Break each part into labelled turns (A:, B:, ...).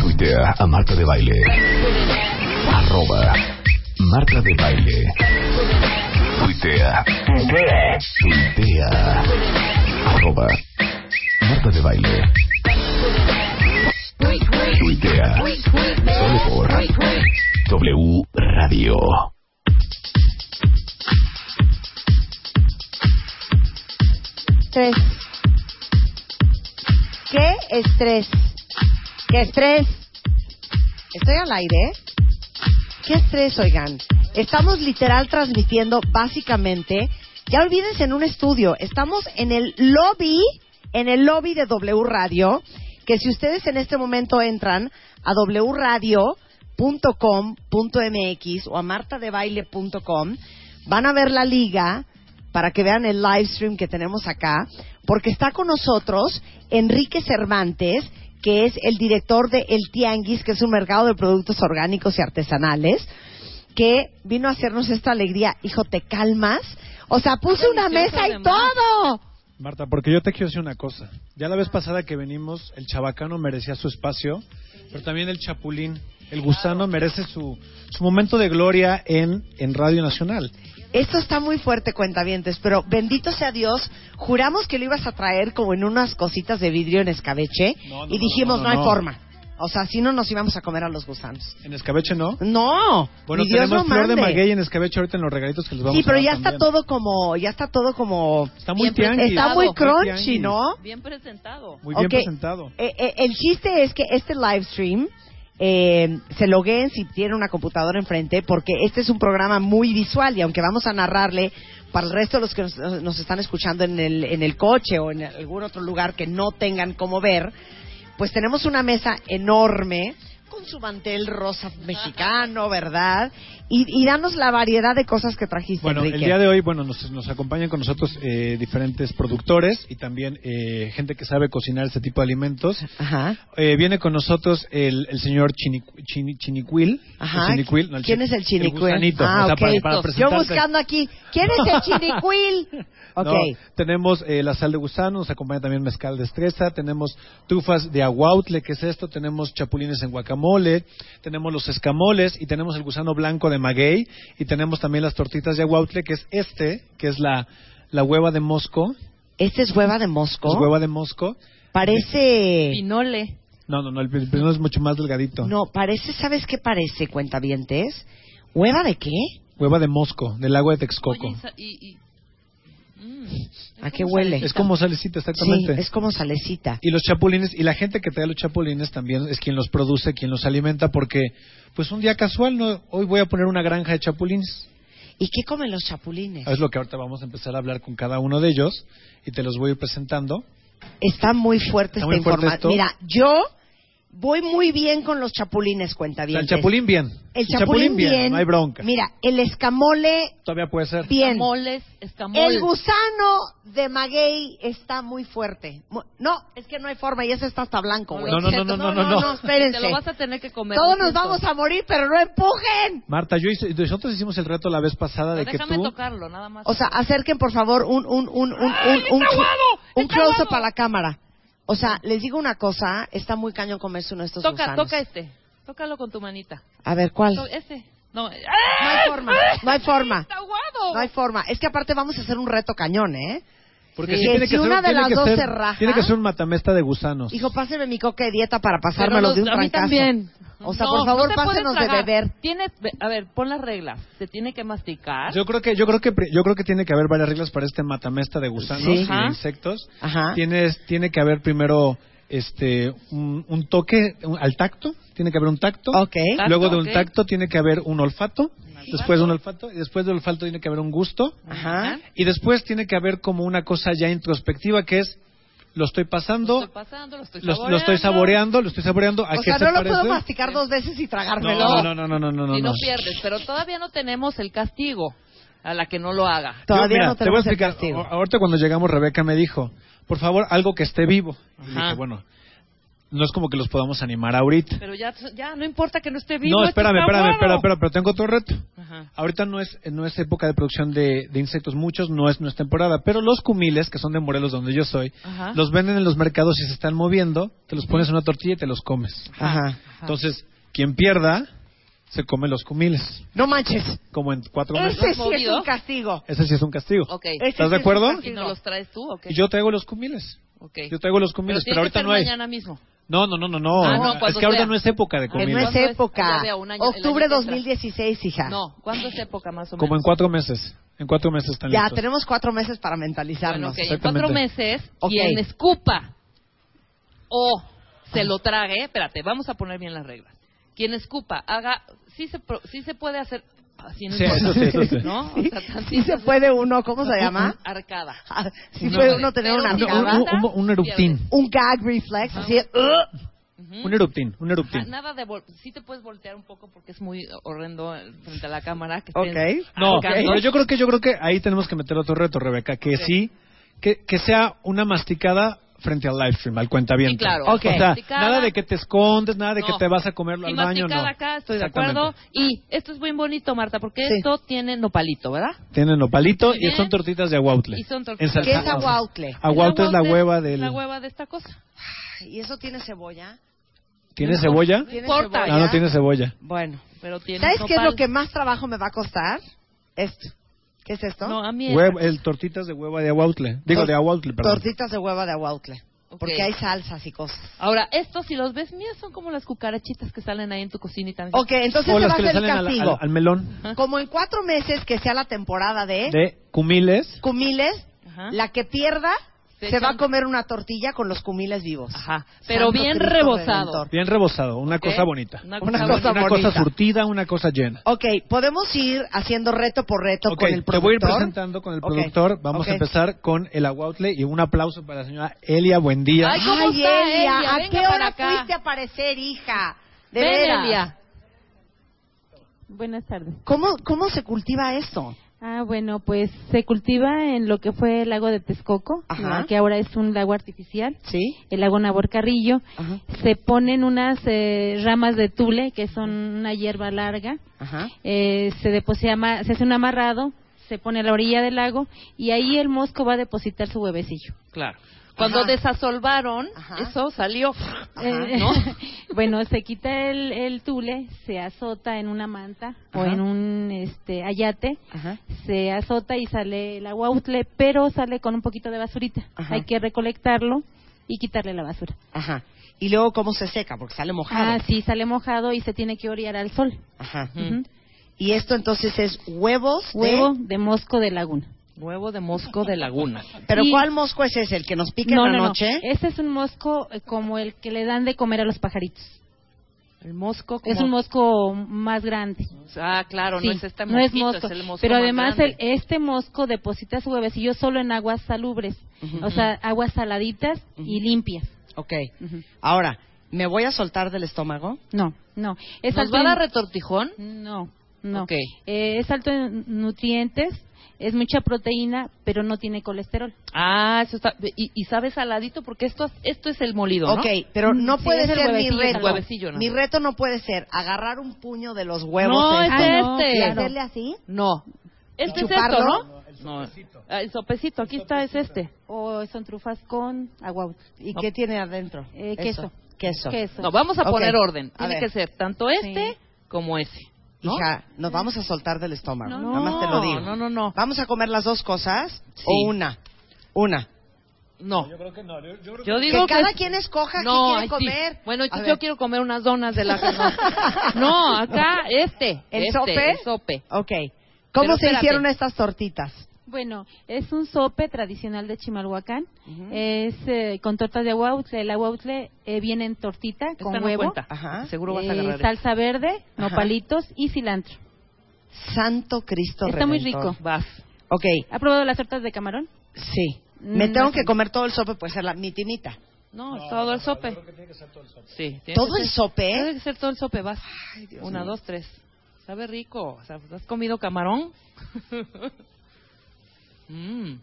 A: Tuitea a Marta de Baile. Arroba Marta de Baile. Tuitea. Tuitea. Arroba Marta de Baile. Tuitea. Solo por W Radio.
B: Estrés. ¿Qué estrés? ¿Qué estrés? ¿Estoy al aire? ¿eh? ¿Qué estrés, oigan? Estamos literal transmitiendo básicamente, ya olvídense en un estudio, estamos en el lobby, en el lobby de W Radio, que si ustedes en este momento entran a wradio.com.mx o a martadebaile.com, van a ver la liga para que vean el live stream que tenemos acá, porque está con nosotros Enrique Cervantes, que es el director de El Tianguis, que es un mercado de productos orgánicos y artesanales, que vino a hacernos esta alegría. Hijo, te calmas. O sea, puse una
C: Delicioso,
B: mesa y
C: además.
B: todo.
D: Marta, porque yo te quiero decir una cosa. Ya la vez pasada que venimos, el chabacano merecía su espacio, pero también el chapulín, el gusano, merece su, su momento de gloria en, en Radio Nacional.
B: Esto está muy fuerte, cuentavientes, pero bendito sea Dios, juramos que lo ibas a traer como en unas cositas de vidrio en escabeche
D: No, no,
B: y
D: no,
B: dijimos, no,
D: no, no,
B: hay
D: no.
B: forma. O sea, si no nos íbamos a comer a los gusanos.
D: En escabeche, ¿no?
B: No,
D: Bueno,
B: ni Dios lo
D: tenemos flor de
B: mande.
D: maguey en escabeche ahorita en los regalitos que les vamos
B: Sí, pero
D: a dar
B: ya está
D: también.
B: todo como, ya está todo como,
D: Está muy
C: Bien
D: tianguis.
B: está muy crunchy,
D: tianguis.
B: ¿no?
C: Bien presentado.
D: Muy bien
B: Ok.
D: presentado.
B: Eh, eh, el chiste es que este live stream eh, se logueen si tiene una computadora enfrente, porque este es un programa muy visual y aunque vamos a narrarle para el resto de los que nos, nos están escuchando en el, en el coche o en algún otro lugar que no tengan cómo ver, pues tenemos una mesa enorme con su mantel rosa mexicano, ¿verdad? Y, y danos la variedad de cosas que trajiste,
D: Bueno,
B: Enrique.
D: el día de hoy, bueno, nos, nos acompañan con nosotros eh, diferentes productores y también eh, gente que sabe cocinar este tipo de alimentos.
B: Ajá.
D: Eh, viene con nosotros el, el señor Chini- Chini- Chinicuil.
B: Ajá.
D: El Chinicuil, no, el
B: ¿Quién
D: chi-
B: es el chinicuil?
D: El gusanito.
B: Ah,
D: o sea,
B: ok.
D: para- para
B: Yo
D: presentarte.
B: buscando aquí. ¿Quién es el chinicuil? Ok.
D: No, tenemos eh, la sal de gusano, nos acompaña también mezcal de estresa, tenemos trufas de aguautle, que es esto, tenemos chapulines en guacamole, tenemos los escamoles y tenemos el gusano blanco de maguey y tenemos también las tortitas de aguautle, que es este, que es la, la hueva de mosco,
B: Este es hueva de mosco.
D: es hueva de mosco.
B: Parece.
C: Pinole.
D: No, no, no, el pepino es mucho más delgadito.
B: No, parece, ¿sabes qué parece, cuentavientes? ¿Hueva de qué?
D: Hueva de mosco, del agua de Texcoco.
C: Oye, y sa- y- y- Mm,
B: ¿A
C: es
B: qué
C: como
B: huele?
D: Es como salecita,
B: Sí,
D: exactamente.
B: es como salecita.
D: Y los chapulines, y la gente que trae los chapulines también es quien los produce, quien los alimenta, porque pues un día casual, no, hoy voy a poner una granja de chapulines.
B: ¿Y qué comen los chapulines?
D: Es lo que ahorita vamos a empezar a hablar con cada uno de ellos y te los voy a ir presentando.
B: Está muy fuerte
D: Está
B: esta
D: muy fuerte esto.
B: información. Mira, yo voy muy bien con los chapulines,
D: O sea, el
B: cuentavientes.
D: chapulín bien.
B: El chapulín bien.
D: No hay bronca.
B: Mira, el escamole
D: Todavía puede ser.
B: bien.
C: Escamoles, escamoles.
B: El gusano de maguey está muy fuerte. Mu- No, es que no hay forma y ese está hasta blanco, güey.
D: No, no, no, no, no, no, no.
B: espérense.
C: Te lo vas a tener que comer.
B: Todos
C: lo
B: nos
C: siento.
B: vamos a morir, pero no empujen.
D: Marta, yo hice- nosotros hicimos el reto la vez pasada de que
C: Déjame
D: tú...
C: tocarlo, nada más.
B: O sea, acerquen por favor un un un un un un, un close para la cámara. O sea, les digo una cosa, está muy cañón comerse uno de estos
C: toca,
B: gusanos.
C: toca este. Tócalo con tu manita.
B: A ver, ¿cuál?
C: To- Este. No. ¡Ah!
B: No hay forma, no hay forma.
C: Está aguado.
B: No hay forma. Es que aparte vamos a hacer un reto cañón, ¿eh?
D: Porque
B: Sí.
D: sí
B: Que
D: tiene
B: si
D: que ser,
B: una de
D: tiene
B: las
D: que
B: dos
D: ser-
B: se raja-
D: Tiene que ser un matamesta de gusanos.
B: Hijo, pásenme mi coque de dieta para
C: Pero
B: pasármelo
C: los-
B: de un
C: a mí
B: trancazo.
C: también.
B: O sea,
C: No,
B: por favor,
C: no te puedes
B: pásenos de
C: tragar.
B: beber.
C: Tienes, ve- a ver, pon las reglas. Se tiene que masticar.
D: Yo creo que yo creo que pri- yo creo que tiene que haber varias reglas para este matamesta de gusanos
B: Sí.
D: y
C: Ajá.
D: de insectos.
B: Ajá.
D: Tienes tiene que haber primero este un, un toque un- al tacto, tiene que haber un tacto.
B: Ok.
C: Tacto,
D: Luego de un
C: ok.
D: tacto tiene que haber un olfato,
C: olfato.
D: después de un olfato y después del olfato tiene que haber un gusto
B: Ajá.
D: y después tiene que haber como una cosa ya introspectiva que es lo estoy
C: Lo
D: pasando,
C: estoy pasando, lo estoy
D: lo,
C: saboreando.
D: lo estoy saboreando, lo estoy saboreando, ¿a
B: O
D: qué
B: sea,
D: se
B: no lo
D: parece?
B: puedo masticar dos veces y
D: no,
B: tragármelo.
D: no, no, no, no, no, no, no.
C: y no pierdes, pero todavía no tenemos el castigo a la que no lo haga.
D: Yo,
B: Todavía
D: mira,
B: no
D: te voy a
B: tenemos el
D: explicar.
B: castigo.
D: A- Ahorita cuando llegamos, Rebeca me dijo, por favor, algo que esté vivo. Y
C: Ajá.
D: dije, bueno, no es como que los podamos animar ahorita.
C: Pero ya, ya no importa que no esté vivo.
D: No,
C: esto
D: espérame,
C: está
D: espérame,
C: bueno.
D: espérame, espérame, pero tengo otro reto.
C: Ajá. Ajá.
D: Ahorita no es, no es época de producción de, de insectos, muchos no es, no es temporada, pero los cumiles, que son de Morelos donde yo soy,
C: Ajá.
D: los venden en los mercados y se están moviendo, te los pones en una tortilla y te los comes.
B: Ajá.
D: Entonces, quien pierda, se come los cumiles,
B: No manches.
D: como en cuatro meses.
B: Ese sí es
C: movido?
B: un castigo.
D: Ese sí es un castigo.
C: Ok.
B: Ese
D: ¿Estás
B: sí
D: de
B: es un
D: acuerdo?
B: castigo.
C: ¿Y no los traes tú o qué?
D: Y yo traigo los cumiles.
C: Ok.
D: Yo traigo los cumiles, pero,
C: tiene que
D: ahorita
C: ser
D: no hay.
C: mañana mismo.
D: No, no, no, no, no.
C: Ah, no,
D: es
C: cuando
D: que ahorita
C: sea.
D: no es época de
C: Que
B: Que no
D: cumiles.
B: es
C: ¿Cuándo es?
B: época.
C: Ya veo, un año- el año
B: Octubre
C: que entra.
B: 2016, hija.
C: No, ¿cuándo es época más o menos?
D: Como en cuatro meses. En cuatro meses están
B: Ya
D: listos.
B: tenemos cuatro meses para
C: Bueno,
B: mentalizarnos.
C: ok, en
D: exactamente.
C: cuatro meses,
B: Ok.
C: quien escupa o se lo trague, espérate, vamos a poner bien las reglas. Quien escupa, haga, sí se, pro- sí se puede hacer ah, así en el
D: Sí, eso sí, eso sí.
C: ¿no? O
B: Sí,
C: sea, tan-
B: sí se puede uno, ¿cómo se llama?
C: Arcada.
B: Ah, Sí
D: Uh-huh. No.
B: puede uno tener
C: Pero
B: una
C: si
D: Un,
B: arcada.
D: un, un- un eruptín.
B: Un gag reflex, así. uh, ugh.
C: Ujú.
D: Un eruptín, un
C: Ajá,
D: eruptín.
C: nada de vol- sí te puedes voltear un poco porque es muy horrendo eh, frente a la cámara que
B: Ok.
C: estén
D: No,
C: arcando.
D: pero yo creo que yo creo que ahí tenemos que meter otro reto, Rebeca, que sí, que, que sea una masticada frente al live stream, al cuentaviento.
C: Sí, claro.
B: Ok.
D: O sea,
C: Masticada.
D: nada de que te escondes, nada de que
C: No.
D: te vas a comerlo
C: Y
D: al baño, no.
C: masticada acá, estoy de
D: Exactamente.
C: acuerdo. Y esto es muy bonito, Marta, porque
B: Sí.
C: esto tiene nopalito, ¿verdad?
D: Tienen nopalito y
C: Bien.
D: son tortitas de aguautle.
C: Y son tortitas.
D: Ensalzadas.
B: ¿Qué es aguautle?
D: Aguautle es la hueva del...
C: La hueva de esta cosa.
B: ¿Y eso tiene cebolla?
D: ¿Tiene cebolla? Ah,
B: ¿Tiene
C: importa,
B: cebolla?
D: No, no tiene cebolla.
B: Bueno.
C: Pero tiene
B: ¿Sabes qué es
C: nopal.
B: lo que más trabajo me va a costar? Esto. ¿Qué es esto?
C: No, a mí es-
D: Huevo- el tortitas de hueva de aguautle. Digo,
B: Tor-
D: de aguautle, perdón.
B: Tortitas de hueva de aguautle.
C: Ok.
B: Porque hay salsas y cosas.
C: Ahora, estos, si los ves, mira, son como las cucarachitas que salen ahí en tu cocina y también.
B: Ok, entonces
D: o
B: se va
D: las
B: a
D: que le
B: hacer el
D: salen al,
B: castigo.
D: al- al melón
B: Como en cuatro meses que sea la temporada de,
D: de cumiles.
B: cumiles,
C: Ajá.
B: la que pierda
C: Se
B: se,
C: echan-
B: va a comer una tortilla con los cumiles vivos.
C: Ajá. Pero
B: Santo
C: bien
B: Cristo
C: rebozado.
B: Redentor.
D: Bien rebozado, una
C: Ok.
D: cosa bonita.
C: Una cosa
D: una,
C: bonita.
D: una
B: bonita.
D: cosa surtida, una cosa llena.
B: Ok, podemos ir haciendo reto por reto
D: Ok,
B: con el
D: te voy a ir
B: productor.
D: presentando con el
B: Ok,
D: productor. Vamos
B: ok.
D: a empezar con el aguautle y un aplauso para la señora Elia. Buen día.
C: Ay, ¿cómo
B: Ay,
C: está
B: Elia,
C: Elia?
B: ¿a
C: Venga
B: qué
C: para
B: hora
C: acá.
B: fuiste a aparecer, hija? De
C: Ven,
B: veras.
C: Elia. Buenas tardes.
B: ¿Cómo, ¿Cómo se cultiva esto?
E: Ah, bueno, pues se cultiva en lo que fue el lago de Texcoco,
B: Ajá.
E: ¿no? que ahora es un lago artificial,
B: ¿Sí?
E: el lago Nabor Carrillo.
B: Ajá.
E: Se ponen unas eh, ramas de tule, que son una hierba larga.
B: Ajá.
E: Eh, se, deposita, ama- se hace un amarrado, se pone a la orilla del lago y ahí el mosco va a depositar su huevecillo.
C: Claro. Cuando
B: Ajá.
C: desasolvaron,
B: Ajá.
C: eso salió.
B: Ajá.
E: Eh,
C: ¿No?
E: bueno, se quita el, el tule, se azota en una manta o
B: Ajá.
E: en un este, ayate.
B: Ajá.
E: se azota y sale el agua útil, pero sale con un poquito de basurita.
B: Ajá.
E: Hay que recolectarlo y quitarle la basura.
B: Ajá. Y luego, ¿cómo se seca? Porque sale mojado.
E: Ah, sí, sale mojado y se tiene que orear al sol.
B: Ajá.
E: Ujú.
B: Y esto entonces es huevos de-
E: Huevo de mosco de laguna.
C: Huevo de mosco de laguna.
B: ¿Pero
E: Y-
B: cuál mosco es ese? ¿El que nos pica
E: no,
B: en la
E: no, no.
B: noche?
C: Eh.
E: Ese es un mosco eh, como el que le dan de comer a los pajaritos.
C: El mosco como...
E: Es un mosco más grande.
C: Ah, claro, no
E: Sí,
C: es este
E: no es
C: mosquito,
E: mosco.
C: el mosco
E: pero
C: más
E: además el-
C: grande.
E: este mosco deposita su huevecillo solo en aguas salubres, o sea, aguas saladitas y limpias.
B: Ok.
E: Ujú.
B: Ahora, ¿me voy a soltar del estómago?
E: No, no. Es
C: ¿Nos
E: alto
C: va a
E: en-
C: dar retortijón?
E: No, no.
C: Ok.
E: Eh, es alto en nutrientes, es mucha proteína, pero no tiene colesterol.
C: Ah, eso está... Y, y sabe saladito porque esto, esto es el molido, ¿no?
B: Ok, pero no
E: Sí,
B: puede
E: es el
B: ser mi
E: huevecillo,
B: reto.
C: el huevecillo, ¿no?
B: Mi reto no puede ser agarrar un puño de los huevos. eh.
C: No,
B: estos
C: es
E: Ah, no,
C: este.
B: y
E: claro.
B: hacerle así.
C: No. Este es
B: chuparlo?
C: esto, ¿no? No, el sopecito. el sopecito, aquí está, es este.
E: O son trufas con agua.
B: ¿Y
C: No.
B: qué tiene adentro?
E: Eh,
B: Eso. Queso.
E: Queso.
C: No, vamos a
B: Ok.
C: poner orden.
B: A
C: Tiene
B: ver.
C: que ser tanto este
E: Sí.
C: como ese. ¿no?
B: Hija, nos vamos a soltar del estómago.
E: No,
B: Nada más te lo digo.
C: No, no, no.
B: ¿Vamos a comer las dos cosas
C: Sí.
B: o una? Una.
C: No.
D: Yo creo que no. Yo, yo creo
C: Yo
B: Que
C: digo que...
B: cada quien escoja
C: no,
B: qué quiere
C: ay, sí.
B: comer.
C: Bueno,
B: A
C: entonces
B: ver.
C: yo quiero comer unas donas de la no. no, acá este,
B: ¿El
C: este,
B: sope?
C: el sope.
B: Ok. ¿Cómo
C: Pero
B: se
C: espérate.
B: hicieron estas tortitas?
E: Bueno, es un sope tradicional de Chimalhuacán. Es eh, con tortas de aguautle. El aguautle eh, viene en tortita con
C: Esta Este no
E: huevo,
C: cuenta.
B: Ajá.
C: Seguro vas a
E: eh,
C: agarrar. esta.
E: salsa verde,
B: Ajá.
E: nopalitos y cilantro.
B: Santo Cristo
E: Está muy
B: Redentor.
E: rico.
C: Vas.
B: Ok,
E: ¿Ha probado las tortas de camarón?
B: sí.
E: Mm,
B: Me tengo
E: no sé.
B: que comer todo el sope, pues ser la mitimita.
C: No, todo el sope. Sí, tiene
B: ¿Todo
C: que
B: el
C: ser-
B: sope?
C: Tiene que ser todo el sope, vas. Una, dos, tres. Sabe rico. O sea, ¿Has comido camarón? Mm,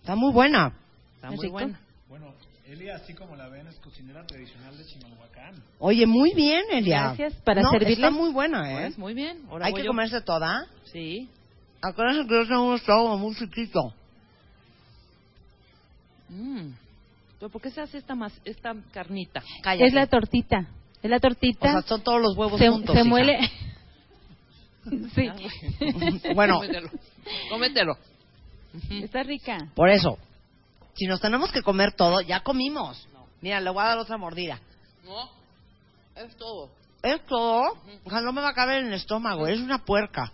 B: Está muy buena.
C: está
E: ¿Es
C: muy
E: rico?
C: buena.
D: Elia, así como la ven, es cocinera tradicional de Chimalhuacán.
B: Oye, muy bien, Elia.
E: Gracias, para
B: no,
E: servirle.
B: Está muy buena, ¿eh?
C: Pues muy bien. Ahora
B: Hay
C: voy
B: que
C: yo.
B: comerse toda.
C: Sí.
B: Acuérdense que yo tengo un estómago muy chiquito.
C: Mm. ¿Pero por qué se hace esta, más, esta carnita?
B: Cállate.
E: Es la tortita. Ah, Es la
B: o
E: tortita.
B: sea, son todos los huevos
E: se,
B: juntos.
E: se
B: hija.
E: muele. sí.
B: Bueno,
C: Cómetelo. Cómetelo.
E: Está rica.
B: por eso, si nos tenemos que comer todo, ya comimos. Mira, le voy a dar otra mordida.
C: No. Es todo.
B: Esto, o sea, no me va a caber en el estómago, es una puerca.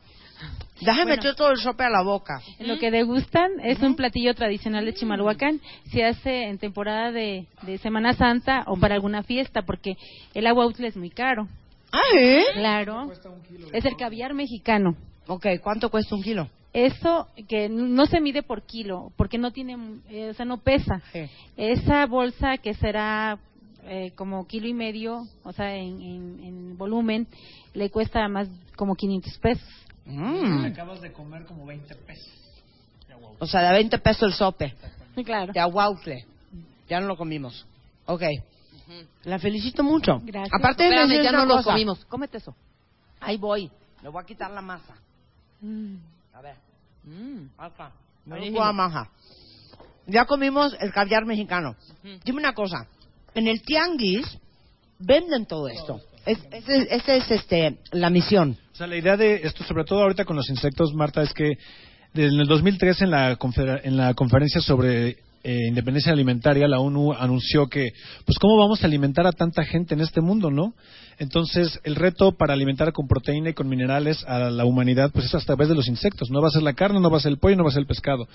B: Déjame
E: Bueno.
B: meter todo el sope a la boca.
E: En Lo que degustan es un platillo tradicional de Chimalhuacán. Se hace en temporada de, de Semana Santa o para alguna fiesta, porque el agua útil es muy caro.
B: Ah, ¿eh?
E: Claro. Es el caviar mexicano.
B: Ok, ¿cuánto cuesta un kilo?
E: Eso que no se mide por kilo, porque no tiene, eh, o sea, no pesa.
B: Sí.
E: Esa bolsa que será eh, como kilo y medio, o sea, en, en- en volumen, le cuesta más como 500 pesos.
B: Mm.
D: Acabas de comer como 20 pesos.
B: O sea, de 20 pesos el sope.
E: Claro.
B: De aguautle. Ya no lo comimos. Ok. La felicito mucho.
E: Gracias.
B: Aparte de
C: Espérame,
B: decir
C: ya
B: una
C: no lo
B: cosa.
C: comimos. Cómete eso.
B: Ahí voy. Le voy a quitar la masa.
E: Mm.
B: A ver.
C: Mm.
B: Acá.
C: Buenísimo.
B: maja. ah. Ya comimos el caviar mexicano. Dime una cosa. En el tianguis venden todo esto. Es- Esa es, esa es, este, la misión.
D: O sea, la idea de esto, sobre todo ahorita con los insectos, Marta, es que en el 2013 en la, confer- en la conferencia sobre eh, independencia alimentaria, la ONU anunció que, pues, ¿cómo vamos a alimentar a tanta gente en este mundo, no? Entonces, el reto para alimentar con proteína y con minerales a la humanidad, pues, es a través de los insectos. No va a ser la carne, no va a ser el pollo, no va a ser el pescado.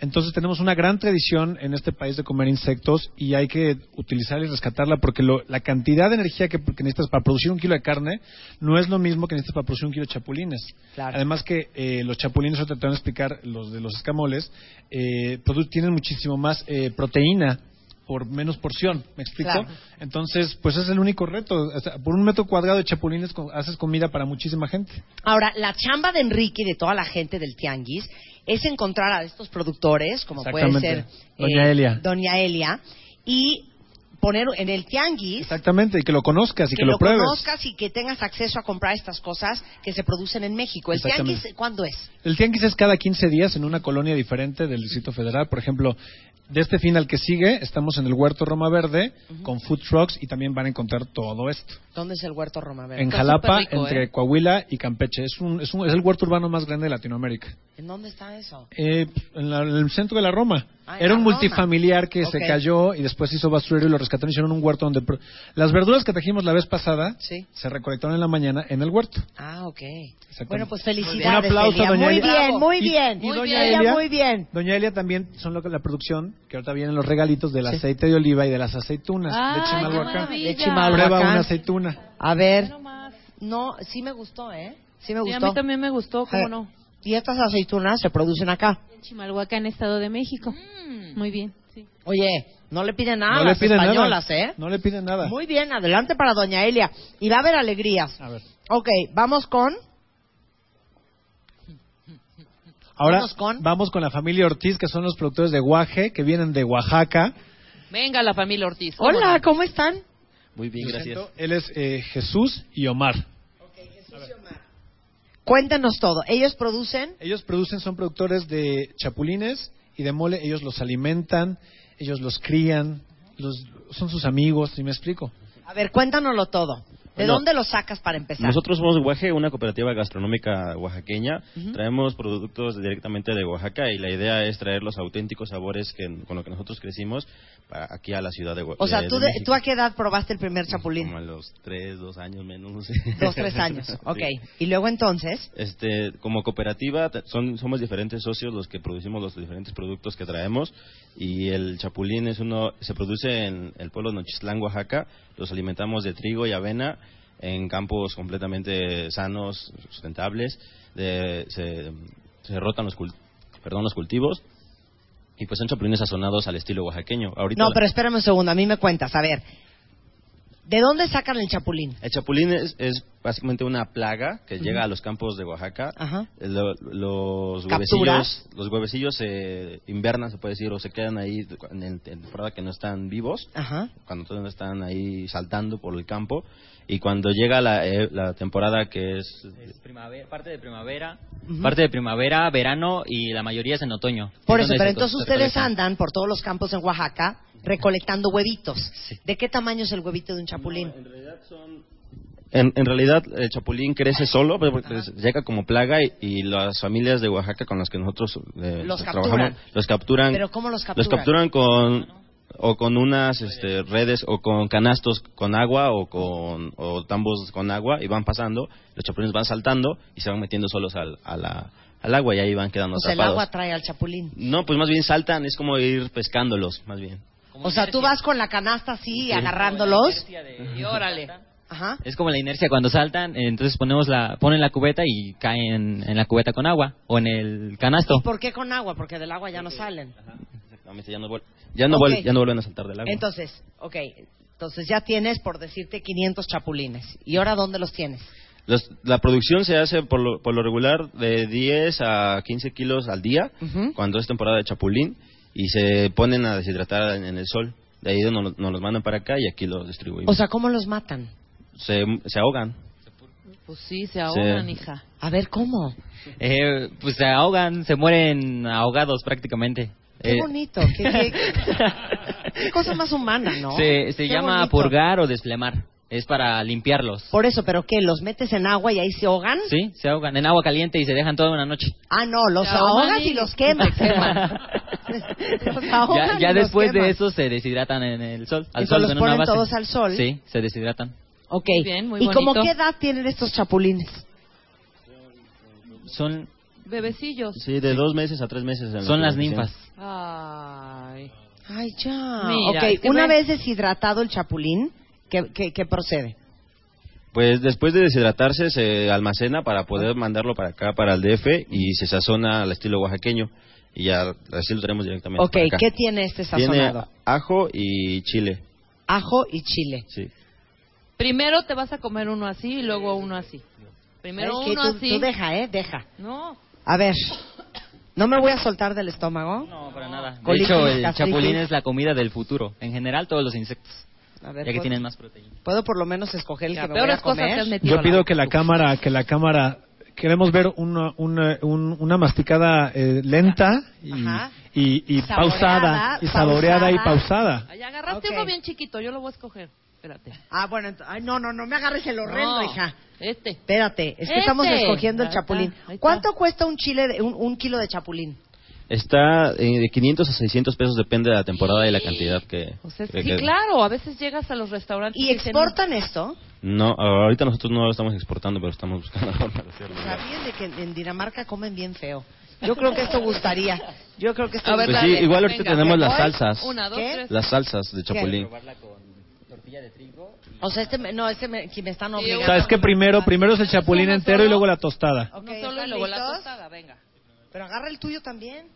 D: Entonces, tenemos una gran tradición en este país de comer insectos y hay que utilizarla y rescatarla porque lo- la cantidad de energía que, que necesitas para producir un kilo de carne no es lo mismo que necesitas para producir un kilo de chapulines.
B: Claro.
D: Además que eh, los chapulines, ahorita te van a explicar, los de los escamoles, eh, produ- tienen muchísimo más eh, proteína por menos porción, ¿me explico?
B: Claro.
D: Entonces, pues es el único reto. O sea, por un metro cuadrado de chapulines co- haces comida para muchísima gente.
B: Ahora, la chamba de Enrique y de toda la gente del tianguis es encontrar a estos productores, como puede
D: Exactamente.
B: ser eh,
D: Doña Elia.
B: Doña Elia, y poner en el tianguis
D: Exactamente, y que lo conozcas y que,
B: que, lo
D: pruebes.
B: conozcas y que tengas acceso a comprar estas cosas que se producen en México. ¿El
D: Exactamente.
B: tianguis cuándo es?
D: El tianguis es cada 15 días en una colonia diferente del Distrito Federal. Por ejemplo, de este fin al que sigue, estamos en el Huerto Roma Verde con food trucks y también van a encontrar todo esto.
B: ¿Dónde es el Huerto Roma Verde?
D: en
C: está
D: Jalapa,
C: súper rico,
D: entre
C: ¿eh?
D: Coahuila y Campeche. Es, un, es, un- es el huerto urbano más grande de Latinoamérica.
B: ¿En dónde está eso?
D: Eh, en, la- en el centro de la Roma.
B: Ah, en
D: Era
B: la
D: un
B: Roma.
D: multifamiliar que
B: Ok.
D: se cayó y después hizo basurero y lo rescataron y hicieron un huerto donde... pro- Las verduras que trajimos la vez pasada
B: Sí.
D: se recolectaron en la mañana en el huerto.
B: Ah, ok.
D: Exactamente.
B: Bueno, pues
D: Un
B: felicidades.
D: aplauso
B: Elia.
D: a Doña
B: Muy
D: Elia.
B: bien, muy
D: Y-
B: bien.
D: y
C: Muy
D: Doña
C: bien.
D: Elia-
B: Ella muy bien.
D: Doña Elia también son lo que- la producción, que ahorita vienen los regalitos del aceite de oliva y de las aceitunas
E: Ay,
D: de
E: qué
D: Chimalhuacán.
E: maravilla.
B: De
D: Prueba
B: Chimalhuacán.
D: una aceituna.
B: A ver,
C: No más.
B: no, sí me gustó, ¿eh? Sí me
C: Sí,
B: gustó.
C: a mí también me gustó, ¿cómo
B: Eh,
C: no?
B: Y estas aceitunas se producen acá.
E: En Chimalhuacán, Estado de México.
C: Mm.
E: Muy bien. sí.
B: Oye, no le piden nada
D: no
B: a
D: le
B: Ah, las
D: piden nada.
B: españolas, ¿eh?
D: No le piden nada.
B: Muy bien, adelante para Doña Elia. Y va a haber alegrías.
D: A ver.
B: Ok, vamos con...
D: Ahora
B: Vamos con-
D: vamos con la familia Ortiz, que son los productores de guaje, que vienen de Oaxaca.
C: Venga la familia Ortiz. ¿cómo
B: Hola,
C: no?
B: ¿cómo están?
F: Muy bien, gracias.
D: Él es eh, Jesús y Omar.
B: Cuéntenos todo. Ellos producen...
D: Ellos producen, son productores de chapulines y de mole. Ellos los alimentan, ellos los crían, los, son sus amigos, ¿sí me explico?
B: A ver, cuéntanoslo todo. ¿De
F: Bueno,
B: dónde lo sacas para empezar?
F: Nosotros somos Guaje, una cooperativa gastronómica oaxaqueña. Traemos productos directamente de Oaxaca y la idea es traer los auténticos sabores que, con los que nosotros crecimos para aquí a la ciudad de Oaxaca.
B: O
G: Eh,
B: sea, ¿tú, de- ¿tú a qué edad probaste el primer chapulín?
F: Como a los tres, dos años menos, no sé.
B: Dos, tres años. Ok.
F: Sí.
B: Y luego entonces,
F: Este, como cooperativa t- son, somos diferentes socios los que producimos los diferentes productos que traemos y el chapulín es uno se produce en el pueblo de Nochistlán, Oaxaca. Los alimentamos de trigo y avena en campos completamente sanos, sustentables. De- se, se rotan los, cul- perdón, los cultivos y pues son chapulines sazonados al estilo oaxaqueño. Ahorita
B: No,
F: la-
B: pero espérame un segundo, a mí me cuentas, a ver. ¿De dónde sacan el chapulín?
F: El chapulín es, es básicamente una plaga que llega a los campos de Oaxaca.
B: Ajá.
F: Eh, lo- los
B: Captura.
F: huevecillos, los huevecillos se invernan, se puede decir, o se quedan ahí en, el- en temporada que no están vivos
B: Ajá.
F: cuando todos están ahí saltando por el campo y cuando llega la, eh, la temporada que es
G: Es primavera, parte de primavera,
B: Ujú.
G: parte de primavera, verano y la mayoría es en otoño.
B: Por
G: Es
B: eso,
G: donde
B: pero
G: se
B: entonces
G: co- se
B: ustedes
G: recolectan.
B: andan por todos los campos en Oaxaca recolectando huevitos. ¿De qué tamaño es el huevito de un chapulín?
F: en realidad son en, en realidad el chapulín crece solo pero porque llega como plaga y, y las familias de Oaxaca con las que nosotros eh,
B: Los
F: trabajamos
B: capturan.
F: los capturan
B: ¿Pero cómo los capturan?
F: los capturan con o con unas este, redes o con canastos con agua o con o tambos con agua y van pasando los chapulines van saltando y se van metiendo solos al, a la- al agua y ahí van quedando
B: O sea, Pues el
F: atrapados.
B: agua trae al chapulín.
F: No, pues más bien saltan, es como ir pescándolos, más bien.
B: O sea, tú vas con la canasta así agarrándolos.
C: Y órale.
B: Ajá.
G: Es como la inercia cuando saltan, eh, entonces ponemos la, ponen la cubeta y caen en la cubeta con agua o en el canasto.
B: ¿Por qué con agua? Porque del agua ya no salen.
F: Exactamente, ya no, vuel- ya no
B: Ok.
F: vuel- ya no vuelven a saltar del agua.
B: Entonces, ok. Entonces ya tienes, por decirte, 500 chapulines. ¿Y ahora dónde los tienes?
F: Los- la producción se hace por lo, por lo regular de 10 a 15 kilos al día,
B: Ujú.
F: cuando es temporada de chapulín, y se ponen a deshidratar en, en el sol. De ahí nos, lo- nos los mandan para acá y aquí los distribuimos.
B: O sea, ¿cómo los matan?
F: se, se ahogan.
C: Pues sí, se ahogan, hija.
B: A ver, ¿cómo?
G: Eh, pues se ahogan, se mueren ahogados prácticamente.
B: Qué
G: Eh,
B: bonito. Qué, qué- qué cosa más humana, ¿no?
G: Se, se
B: Qué
G: llama
B: bonito.
G: purgar o desplemar. Es para limpiarlos.
B: Por eso, ¿pero qué? ¿Los metes en agua y ahí se ahogan?
G: Sí, se ahogan en agua caliente y se dejan toda una noche.
B: Ah, no, los
C: Se ahogan
B: ahogas y
C: y-
B: los quemas. queman. Los ahogan
G: ya ya
B: y los
G: después de
B: queman.
G: eso se deshidratan en el sol. Al
B: Entonces
G: sol
B: los
G: con una
B: ponen
G: base.
B: todos al sol.
G: Sí, se deshidratan.
B: Ok.
C: Muy bien, muy
B: ¿Y como
C: bonito.
B: qué edad tienen estos chapulines?
G: Son,
C: Bebecillos.
F: Sí, de dos meses a tres meses. en la
G: son las
F: producción.
G: ninfas.
C: Ay.
B: Ay, ya.
C: Mira,
B: ok,
C: es que
B: una
C: ven-
B: vez deshidratado el chapulín, ¿qué, qué- qué procede?
F: Pues después de deshidratarse se almacena para poder mandarlo para acá, para el DF, y se sazona al estilo oaxaqueño. Y ya así lo tenemos directamente
B: Ok,
F: para acá.
B: ¿qué tiene este
F: Tiene
B: sazonado?
F: ajo y chile,
B: Ajo y chile.
F: sí.
C: Primero te vas a comer uno así y luego uno así. Primero
B: ¿Sabes qué?
C: uno
B: tú,
C: así.
B: tú deja, ¿eh? Deja.
C: No.
B: A ver, ¿no me voy a soltar del estómago?
G: No, para nada. De
B: Colitis,
G: hecho, el
B: gastritis.
G: chapulín es la comida del futuro. En general, todos los insectos.
B: A
G: Ya
B: ver,
G: que
B: ¿puedo,
G: tienen más proteína.
B: puedo por lo menos escoger el
C: Ya,
B: que me voy a
C: peores cosas
B: comer?
C: te has metido.
D: Yo
C: a
D: pido
C: boca.
D: que la cámara, que la cámara, queremos ver una, una, un- una masticada eh, lenta y,
B: Ajá.
D: y- y
B: Saboreada,
D: pausada, y saboreada y pausada.
C: Ay, agarraste
B: Ok.
C: uno bien chiquito, yo lo voy a escoger. Espérate.
B: Ah, bueno, ent- ay, no, no, no me agarres el
C: No,
B: horrendo, hija.
C: Este.
B: Espérate, es que
C: Ese.
B: estamos escogiendo el
C: Ahí está,
B: chapulín.
C: ahí está.
B: ¿Cuánto cuesta un chile, de- un, un kilo de chapulín?
F: Está eh, de 500 a 600 pesos, depende de la temporada y la cantidad que...
C: O sea,
F: que-
C: sí,
F: que-
C: claro, a veces llegas a los restaurantes
B: Pues ¿Y
C: que dicen,
B: exportan esto?
F: No, ahorita nosotros no lo estamos exportando, pero estamos buscando la forma de hacerlo.
B: ¿Sabían de que en Dinamarca comen bien feo? Yo creo que esto gustaría. Yo creo que esto
C: A ver,
F: Pues
B: gustaría.
F: sí,
C: dale,
F: igual ahorita
C: venga.
F: tenemos las
B: Hoy,
F: salsas,
C: Una, dos,
B: ¿Qué?
C: tres.
F: las salsas de chapulín.
B: O sea, este me- no, este me, que me están obligando.
D: O sea, es que primero, primero es el chapulín
C: Uno
D: entero y
C: solo.
D: luego la tostada.
B: Ok,
C: No solo
B: ¿están
C: y luego la
B: listos?
C: tostada, venga.
B: Pero agarra el tuyo también.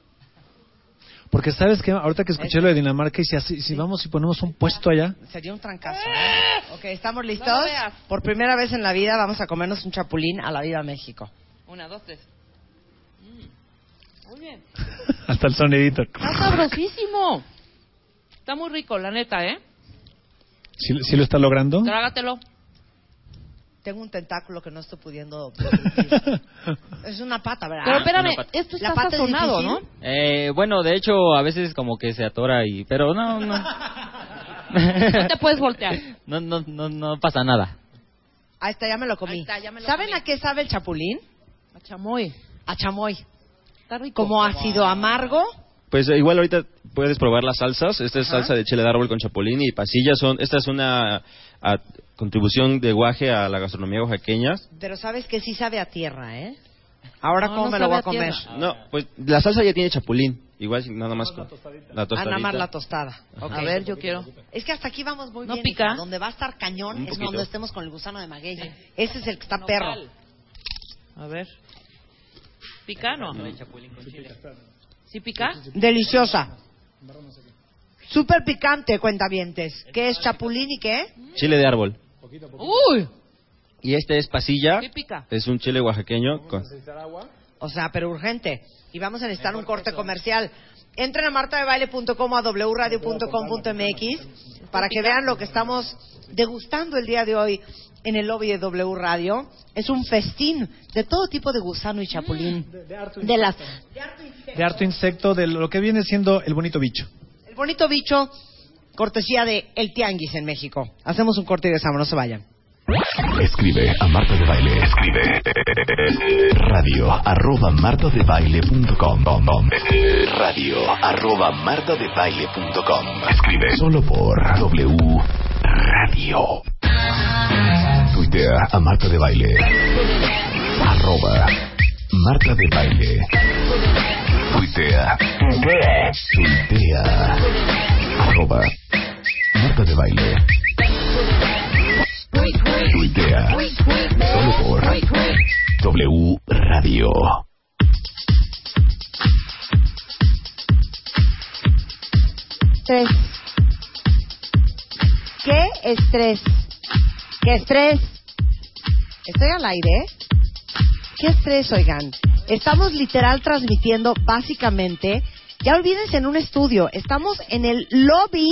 D: Porque sabes que ahorita que escuché lo de Dinamarca y si, así- si vamos y ponemos un puesto allá,
B: Sería un trancazo. ¿eh? Ok, ¿estamos listos?
C: No lo veas.
B: Por primera vez en la vida vamos a comernos un chapulín a la vida México.
C: Una, dos, tres. Mm. Muy bien.
D: hasta el sonidito.
C: Está sabrosísimo. Está muy rico, la neta, ¿eh?
D: ¿Sí, sí lo está logrando?
C: Trágatelo.
B: Tengo un tentáculo que no estoy pudiendo.
D: Pero
B: es una pata, ¿verdad?
C: Pero espérame,
G: una pata.
C: esto
B: La
C: está
B: pata es
C: sazonado, ¿no?
B: difícil.
G: Eh, bueno, de hecho, a veces como que se atora y... Pero no, no.
C: No te puedes voltear.
G: No, no, no, no pasa nada.
B: Ahí está, ya me lo comí.
C: Ahí está, ya me lo
B: ¿Saben
C: comí.
B: a qué sabe el chapulín?
C: A chamoy.
B: A chamoy.
C: Está rico.
B: Como ácido amargo.
F: Pues eh, igual ahorita puedes probar las salsas. Esta es
B: Ajá.
F: salsa de chile de árbol con chapulín y pasilla. Son, esta es una a- contribución de guaje a la gastronomía oaxaqueña.
B: Pero sabes que sí sabe a tierra, ¿eh? Ahora,
C: No,
B: ¿cómo
C: no
B: me lo
C: sabe
B: voy a
C: a
B: comer?
C: tierra.
F: No, pues la salsa ya tiene chapulín. Igual si nada más con la
B: Ah,
F: tostadita.
B: nada más la tostada. Ok.
C: A ver, yo quiero.
B: Es que hasta aquí vamos muy
C: ¿No
B: bien.
C: pica?
B: hija. Donde va a estar cañón
F: Un
B: es
F: poquito.
B: cuando estemos con el gusano de maguey. Ese es el que está perro.
C: Nopal. A ver. Picano. ¿Sí pica?
B: Deliciosa. Súper picante, cuentavientes. ¿Qué es chapulín y qué?
F: Chile de árbol.
C: ¡Uy!
F: Y este es pasilla.
C: Típica.
F: Es un chile oaxaqueño. Con...
B: O sea, pero urgente. Y vamos a necesitar un corte comercial. Entren a martadebaile.com o a wradio.com.mx para que vean lo que estamos degustando el día de hoy en el lobby de W Radio. Es un festín de todo tipo de gusano y chapulín. Mm, De las
D: De harto insecto, de lo que viene siendo el bonito bicho.
B: El bonito bicho, cortesía de El Tianguis en México. Hacemos un corte y regresamos, no se vayan.
A: Escribe a Marta de Baile. Escribe radio arroba martadebaile.com. Radio arroba martadebaile.com. Escribe solo por W Radio. Tuitea a Marta de Baile. Arroba Marta de Baile. Tuitea. Tuitea. Arroba Marta de Baile. Tuitea. Solo por W Radio.
H: Estrés. ¿Qué estrés? ¿Qué estrés?
B: Estoy al aire. ¿eh? Qué estrés, oigan. Estamos literal transmitiendo básicamente, ya olvídense en un estudio, estamos en el lobby,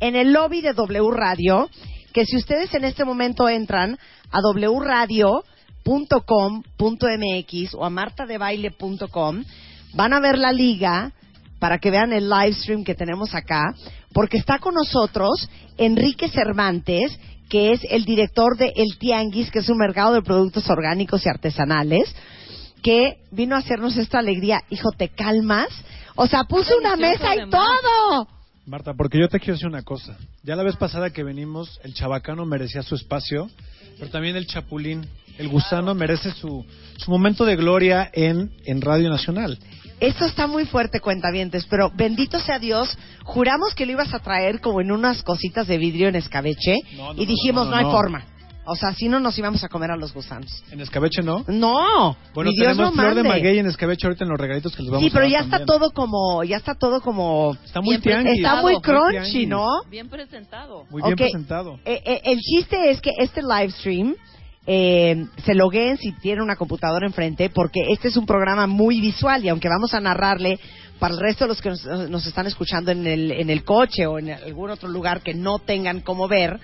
B: en el lobby de W Radio, que si ustedes en este momento entran a wradio.com.mx o a martadebaile.com, van a ver la liga para que vean el live stream que tenemos acá, porque está con nosotros Enrique Cervantes, que es el director de El Tianguis, que es un mercado de productos orgánicos y artesanales, que vino a hacernos esta alegría. Hijo, te calmas. O sea, puso una
C: Delicioso,
B: mesa y
C: además.
B: todo.
D: Marta, porque yo te quiero decir una cosa. Ya la vez pasada que venimos, el chabacano merecía su espacio, pero también el chapulín, el gusano, merece su, su momento de gloria en, en Radio Nacional.
B: Esto está muy fuerte, cuentavientes, pero bendito sea Dios, juramos que lo ibas a traer como en unas cositas de vidrio en escabeche
D: No, no,
B: y
D: no,
B: dijimos,
D: no,
B: no,
D: no,
B: hay
D: no".
B: forma. O sea, si no nos íbamos a comer a los gusanos.
D: En escabeche no.
B: No,
D: Bueno,
B: ni Dios
D: tenemos
B: lo
D: flor de
B: mande.
D: maguey en escabeche ahorita en los regalitos que les vamos
B: Sí,
D: a
B: pero
D: dar
B: ya está
D: también.
B: todo como, ya está todo como,
D: Está muy
C: Bien pre-
D: tianguis.
B: está muy crunchy,
D: tianguis.
B: ¿no?
C: Bien presentado.
D: Muy bien
B: Ok.
D: presentado.
B: Eh, eh, el chiste es que este live stream eh, se logueen si tienen una computadora enfrente, porque este es un programa muy visual y aunque vamos a narrarle para el resto de los que nos, nos están escuchando en el, en el coche o en algún otro lugar que no tengan cómo ver,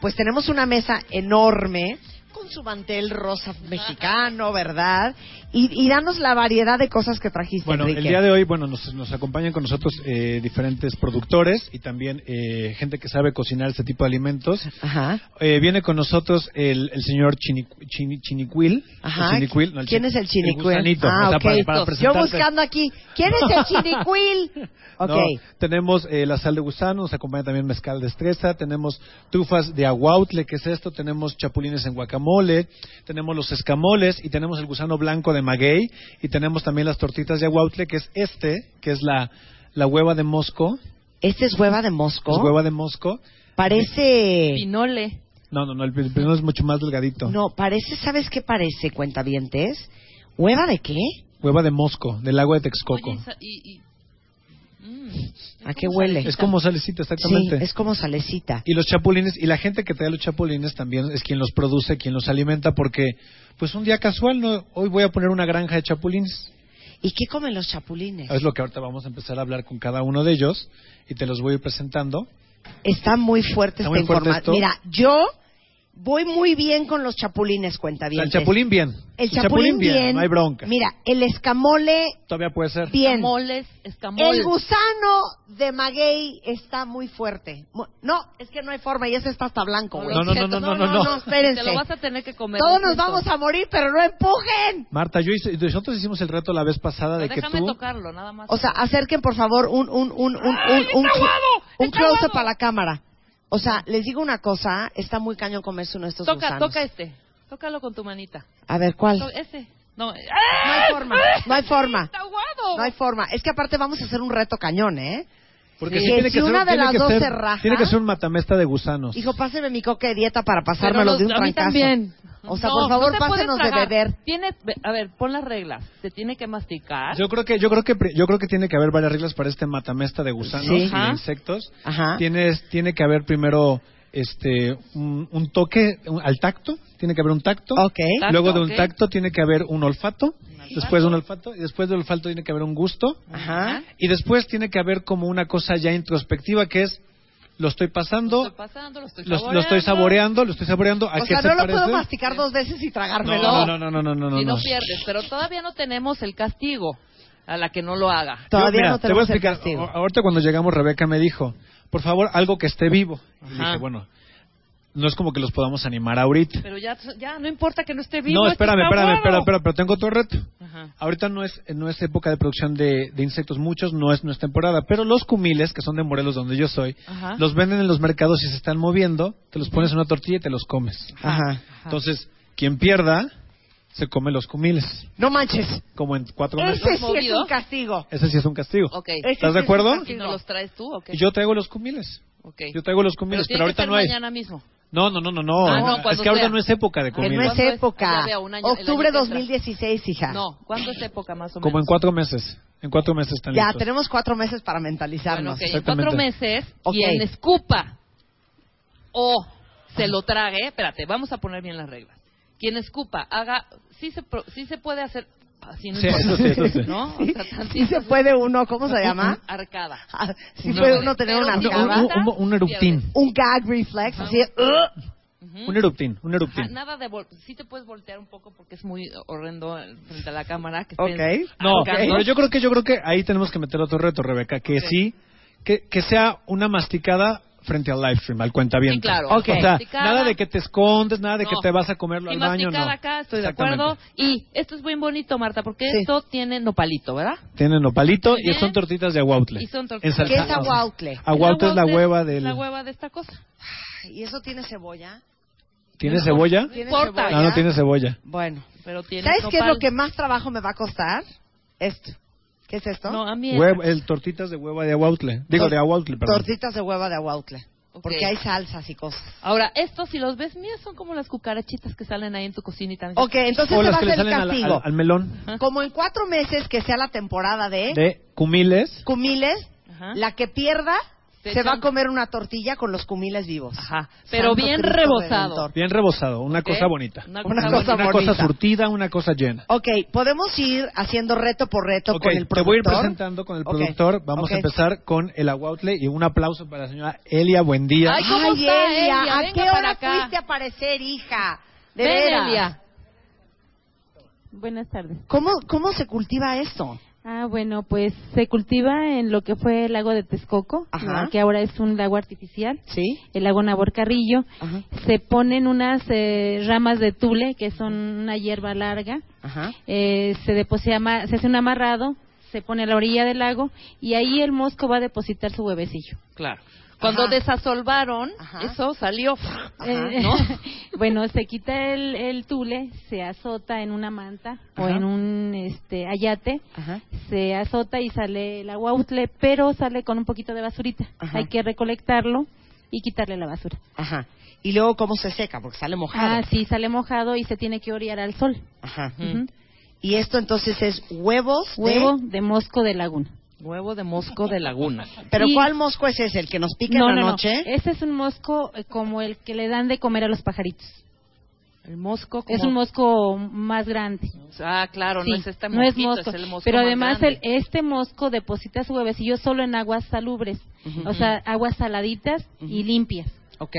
B: pues tenemos una mesa enorme con su mantel rosa mexicano, ¿verdad? Y, y danos la variedad de cosas que trajiste,
D: Bueno,
B: Enrique.
D: el día de hoy, bueno, nos, nos acompañan con nosotros eh, diferentes productores y también eh, gente que sabe cocinar este tipo de alimentos.
B: Ajá.
D: Eh, viene con nosotros el, el señor Chini- Chini- Chinicuil.
B: Ajá.
D: El Chinicuil, no, el
B: ¿Quién
D: chi-
B: es el chinicuil?
D: El gusanito,
B: ah,
D: o sea,
B: ok.
D: para- para
B: Yo
D: presentarte.
B: buscando aquí. ¿Quién es el chinicuil? Ok.
D: No, tenemos eh, la sal de gusano, nos acompaña también mezcal de estresa, tenemos trufas de aguautle, que es esto, tenemos chapulines en guacamole, tenemos los escamoles y tenemos el gusano blanco de maguey y tenemos también las tortitas de aguautle, que es este, que es la, la hueva de mosco.
B: Este es hueva de mosco.
D: Es hueva de mosco.
B: Parece.
C: Pinole.
D: No, no, no, el primero es mucho más delgadito.
B: No, parece, ¿sabes qué parece, cuentavientes? ¿Hueva de qué?
D: Hueva de mosco, del agua de Texcoco.
C: Oye, y sa- y- y- mm.
B: ¿A qué huele?
D: es como salecita,
B: Sí,
D: exactamente.
B: es como salecita.
D: Y los chapulines, y la gente que trae los chapulines también es quien los produce, quien los alimenta, porque pues un día casual, no, hoy voy a poner una granja de chapulines.
B: ¿Y qué comen los chapulines?
D: Es lo que ahorita vamos a empezar a hablar con cada uno de ellos y te los voy a ir presentando.
B: Está muy fuerte
D: Está
B: esta
D: muy fuerte esto.
B: información. Mira, yo voy muy bien con los chapulines,
D: O sea, el
B: cuentavientes.
D: chapulín bien.
B: El chapulín bien.
D: no hay bronca.
B: Mira, el escamole
D: Todavía puede ser.
B: bien.
C: Escamoles, escamoles.
B: El gusano de maguey está muy fuerte. Mu- No, es que no hay forma y ese está hasta blanco, güey.
D: No, no, no, no, no, no, no.
B: espérense.
C: Te lo vas a tener que comer.
B: Todos
C: lo
B: nos
C: siento.
B: vamos a morir, pero no empujen.
D: Marta, yo hice- nosotros hicimos el reto la vez pasada Ah, de
C: Pero
D: que
C: Déjame
D: tú...
C: tocarlo, nada más.
B: O sea, acerquen por favor un un un un un un,
C: ¡Está
B: close
C: guado!
B: up a la cámara. O sea, les digo una cosa, está muy cañón comerse uno de estos
C: toca,
B: gusanos.
C: toca este. Tócalo con tu manita.
B: A ver, ¿cuál?
C: To- Ese. No. ¡Ah!
B: No hay forma, no hay forma.
C: Está aguado.
B: No hay forma. Es que aparte vamos a hacer un reto cañón, ¿eh?
D: Porque
B: Sí.
D: sí tiene
B: Si
D: que ser-
B: una de
D: tiene
B: las
D: que
B: dos
D: ser-
B: se raja-
D: Tiene que ser un matamesta de gusanos.
B: Hijo, páseme mi coca de dieta para
C: Pero
B: pasármelo
C: los-
B: de un
C: a mí
B: trancazo.
C: también.
B: O sea,
C: No,
B: por favor,
C: no te puedes
B: pásenos de
C: tragar.
B: beber.
C: Tiene, ve- a ver, pon las reglas. Te tiene que masticar.
D: Yo creo que yo creo que pri- yo creo que tiene que haber varias reglas para este matamesta de gusanos
B: Sí.
D: y de
C: Ajá.
D: insectos.
B: Ajá.
D: Tienes tiene que haber primero este un, un toque un- al tacto tiene que haber un tacto.
B: Ok.
C: Tacto,
D: Luego de un
C: ok.
D: tacto tiene que haber un olfato. Después de un olfato. Y después del olfato tiene que haber un gusto.
B: Ajá.
D: Y después tiene que haber como una cosa ya introspectiva que es lo estoy pasando,
C: Lo estoy pasando, lo estoy
D: lo,
C: saboreando.
D: lo estoy saboreando, lo estoy saboreando. ¿A
B: O
D: qué
B: sea,
D: se
B: no lo
D: parece?
B: puedo masticar dos veces y tragármelo.
D: no, no, no, no, no, no,
C: y no,
D: no.
C: pierdes, pero todavía no tenemos el castigo a la que no lo haga.
D: Yo,
B: Todavía
D: mira,
B: no
D: te voy a
B: tenemos el
D: explicar.
B: castigo.
D: A- Ahorita cuando llegamos, Rebeca me dijo, por favor, algo que esté vivo. Y
C: Ajá.
D: dije, bueno, no es como que los podamos animar ahorita.
C: Pero ya, ya no importa que no esté vivo.
D: no,
C: esto
D: espérame,
C: está
D: espérame,
C: bueno.
D: espérame, espérame, pero tengo otro reto.
C: Ajá.
D: Ahorita no es, no es época de producción de, de insectos, muchos no es, no es temporada, pero los cumiles, que son de Morelos donde yo soy,
C: Ajá.
D: los venden en los mercados y se están moviendo, te los pones en una tortilla y te los comes.
B: Ajá.
D: Entonces, quien pierda, se come los cumiles,
B: No manches.
D: como en cuatro meses.
B: Ese sí es
C: movido?
B: un castigo.
D: Ese sí es un castigo.
C: Ok.
B: Ese
D: ¿Estás
B: sí
D: de
B: es un
D: acuerdo?
C: ¿Y
B: castigo.
C: no los traes tú o qué?
D: Yo traigo los cumiles.
C: Ok.
D: Yo traigo los
C: pero
D: cumiles, pero,
C: tiene que
D: ahorita
C: ser
D: no hay.
C: mañana mismo.
D: No, no, no, no, no.
C: Ah, no,
D: es
C: cuando
D: que ahorita
C: sea.
D: no es época de
B: Que no
D: comidas.
B: es
C: ¿Cuándo es?
B: época.
C: Ah, ya veo, un año- el año
B: Octubre
C: que entra.
B: 2016, hija.
C: No, ¿cuándo es época más o menos?
D: Como en cuatro meses. En cuatro meses están
B: Ya
D: listos.
B: tenemos cuatro meses para mentalizarnos.
C: Bueno, ok, en
D: exactamente.
C: cuatro meses,
B: Ok.
C: quien escupa o se lo trague, espérate, vamos a poner bien las reglas. Quien escupa, haga, sí se, pro- sí se puede hacer, así no
D: Sí,
C: importa,
D: eso sí, eso sí.
C: ¿no? O
B: Sí,
C: sea, tantito
B: sí se puede uno, ¿cómo se llama?
C: Arcada.
B: Ah, Sí
C: No,
B: puede
C: no,
B: uno tener
C: pero
B: una
C: no,
D: Un-
B: arcada.
D: un, un- un eruptín.
B: Un gag reflex, así. ¡ugh!
C: Ujú.
D: Un eruptín, un
C: Ajá,
D: eruptín.
C: nada de, vol- sí te puedes voltear un poco porque es muy horrendo eh, frente a la cámara. Que
B: Ok.
C: estés
D: No,
C: arcando.
D: pero yo creo que yo creo que ahí tenemos que meter otro reto, Rebeca, que sí, que, que sea una masticada frente al live stream, al cuentaviento.
C: Sí, claro.
B: Ok.
D: O sea,
C: Masticada.
D: nada de que te escondes, nada de que
C: No.
D: te vas a comerlo
C: y
D: al baño, no.
C: masticar acá, estoy de
D: Exactamente.
C: acuerdo. Y esto es muy bonito, Marta, porque
B: Sí.
C: esto tiene nopalito, ¿verdad?
D: Tienen opalito
C: Muy
D: y
C: bien.
D: son tortitas de aguautle.
C: Y son tortitas
D: Ensalza-
B: ¿Qué es aguautle?
D: Aguautle es la
C: Aguautle
D: hueva del...
C: La hueva de esta cosa.
B: ¿Y eso tiene cebolla?
D: ¿Tiene cebolla?
B: ¿Tiene
C: importa.
B: cebolla?
D: No, no tiene cebolla.
B: Bueno.
C: Pero tiene
B: ¿Sabes qué es
C: nopal.
B: lo que más trabajo me va a costar? Esto. ¿Qué es esto?
C: No, a mí es-
D: Huevo- el tortitas de hueva de aguautle. Digo,
B: Tor-
D: de aguautle, perdón.
B: Tortitas de hueva de aguautle.
C: Ok.
B: Porque hay salsas y cosas.
C: Ahora, estos, si los ves, mira, son como las cucarachitas que salen ahí en tu cocina y también.
B: Ok, entonces
D: o
B: ese va
D: las
B: a
D: que le
B: ser el
D: salen al,
B: castigo.
D: al- al melón
B: Como en cuatro meses que sea la temporada de,
D: de cumiles.
B: cumiles,
C: Ajá.
B: la que pierda
C: Se
B: se va
C: echan-
B: a comer una tortilla con los cumiles vivos.
C: Ajá. Pero
B: Santo
C: bien
B: Cristo
C: rebozado.
B: Redentor.
D: Bien rebozado, una cosa bonita.
C: Una
B: Una
C: cosa
B: cosa
D: una
B: bonita.
D: cosa surtida, una cosa llena.
B: Ok, podemos ir haciendo reto por reto
D: Ok,
B: con el
D: te voy a ir
B: productor.
D: presentando con el
B: Ok,
D: productor. Vamos
B: ok.
D: a empezar con el aguautle y un aplauso para la señora Elia Buendía.
C: Ay, ¿cómo
B: Ay,
C: está,
B: Elia,
C: Elia?
B: ¿a
C: Venga
B: qué
C: para
B: hora
C: acá.
B: fuiste a aparecer, hija? De
C: Ven,
B: veras.
C: Elia.
E: Buenas tardes.
B: ¿Cómo, ¿Cómo se cultiva esto?
E: Ah, bueno, pues se cultiva en lo que fue el lago de Texcoco,
B: Ajá.
E: ¿no? que ahora es un lago artificial,
B: ¿Sí?
E: el lago Nabor Carrillo.
B: Ajá.
E: Se ponen unas eh, ramas de tule, que son una hierba larga.
B: Ajá.
E: Eh, se, deposita, ama- se hace un amarrado, se pone a la orilla del lago y ahí el mosco va a depositar su huevecillo.
C: Claro. Cuando
B: Ajá.
C: desasolvaron,
B: Ajá.
C: eso salió.
B: Ajá.
E: Eh,
C: ¿No?
E: bueno, se quita el, el tule, se azota en una manta o
B: Ajá.
E: en un este, ayate,
B: Ajá.
E: se azota y sale el agua útle, pero sale con un poquito de basurita.
B: Ajá.
E: Hay que recolectarlo y quitarle la basura.
B: Ajá. Y luego, ¿cómo se seca? Porque sale mojado.
E: Ah, sí, sale mojado y se tiene que orear al sol.
B: Ajá.
E: Ujú.
B: Y esto entonces es huevos de-
E: Huevo de mosco de laguna.
C: Huevo de mosco de laguna.
B: ¿Pero
E: Y-
B: cuál mosco es ese? ¿El que nos pica en la noche?
E: Este es un mosco eh, como el que le dan de comer a los pajaritos.
C: El mosco. como-
E: Es un mosco más grande.
C: Ah, claro, no
E: Sí,
C: es este
E: no es
C: mosquito,
E: mosco,
C: es el mosco
E: pero
C: más
E: además el,
C: grande.
E: este mosco deposita su huevecillo solo en aguas salubres, o sea, aguas saladitas y limpias.
B: Ok.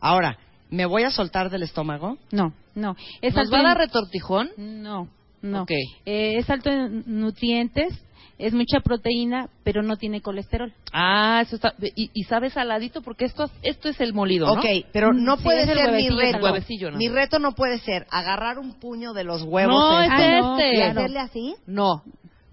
B: Ahora, ¿me voy a soltar del estómago?
E: No, no. Es
C: ¿Nos
E: alto
C: va a
E: en-
C: dar retortijón?
E: No, no.
C: Ok.
E: Eh, es alto en nutrientes, es mucha proteína, pero no tiene colesterol.
C: Ah, eso está. Y, y sabe saladito porque esto, esto es el molido, ¿no?
B: Ok, pero no
E: Sí,
B: puede
E: es el
B: ser mi
E: huevecillo, es el
B: reto.
C: huevecillo, ¿no?
B: Mi reto no puede ser agarrar un puño de los huevos.
C: No,
B: estos
C: es
E: Ah, no,
C: este.
H: ¿Y
E: claro.
H: hacerle así?
C: No.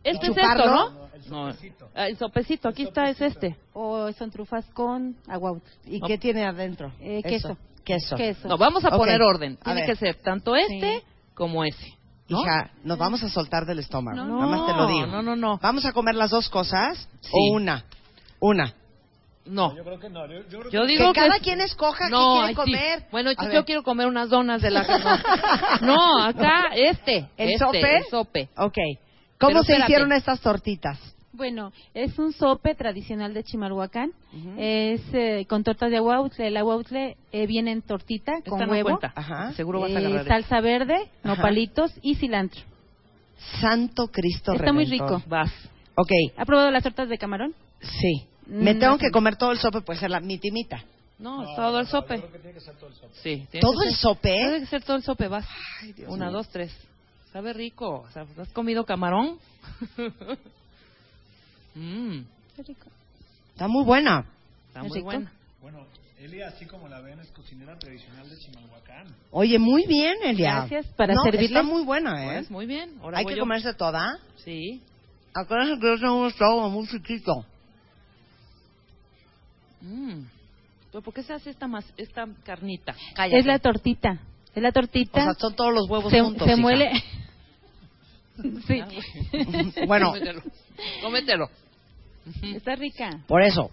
C: Este es esto,
B: ¿Chuparlo?
C: ¿no? No, el sopecito. el sopecito, aquí está, es este.
E: O son trufas con agua.
B: ¿Y qué tiene adentro?
E: Eh,
B: Eso. Queso.
E: Queso.
C: No, vamos a
B: Ok.
C: poner orden.
B: A
C: Tiene
B: ver.
C: que ser tanto este como ese. ¿no?
B: Hija, nos vamos a soltar del estómago.
C: No,
B: Nada más te lo digo.
C: no, no, no.
B: ¿Vamos a comer las dos cosas
C: Sí.
B: o una? Una.
C: No. Yo
B: Que
C: digo que
B: cada
C: es-
B: quien escoja
C: No,
B: qué
C: ay,
B: quiere
C: sí.
B: comer.
C: Bueno,
B: A
C: yo,
B: ver.
C: yo quiero comer unas donas de la No, acá este,
B: ¿El
C: este,
B: sope?
C: el sope.
B: Ok. ¿Cómo
C: Pero
B: se
C: espérate.
B: hicieron estas tortitas?
E: Bueno, es un sope tradicional de Chimalhuacán. Es eh, con torta de aguautle. El aguautle eh, viene en tortita
C: Esta
E: con
C: no
E: huevo,
C: cuenta.
B: Ajá.
C: Seguro vas a
E: eh,
C: agarrar. esta.
E: salsa verde,
B: Ajá.
E: nopalitos y cilantro.
B: Santo Cristo
E: Está muy
B: Redentor.
E: rico.
C: Vas.
B: Ok,
E: ¿Ha probado las tortas de camarón?
B: sí. Me
E: Mm,
B: tengo
E: no
B: que
E: sé.
B: comer todo el sope, puede ser la mitimita.
C: No, todo el sope. Sí. tiene
B: ¿Todo
C: que
B: el
C: ser-
B: sope?
C: Tiene que ser todo el sope, vas. Una, dos, tres. Sabe rico. O sea, ¿Has comido camarón? Mm,
B: Está muy buena.
C: está
E: ¿Es
C: muy
E: rico?
C: buena.
D: Bueno, Elia, así como la ven, es cocinera tradicional de Chimalhuacán.
B: Oye, muy bien, Elia.
E: Gracias, para
B: no,
E: servirles.
B: Está muy buena, ¿eh?
C: Pues, muy bien. Ahora
B: Hay
C: voy
B: que
C: yo.
B: comerse toda.
C: Sí.
B: Acuérdense que yo tengo un estómago muy chiquito.
C: Mm. ¿Pero por qué se hace esta, mas, esta carnita?
E: Es la tortita. Es
B: Ah,
E: la
B: O sea,
E: tortita.
B: son todos los huevos
E: se
B: juntos.
E: se
B: hija.
E: muele. sí.
B: Bueno,
C: Cómetelo. Cómetelo. Ujú.
E: Está rica.
B: por eso.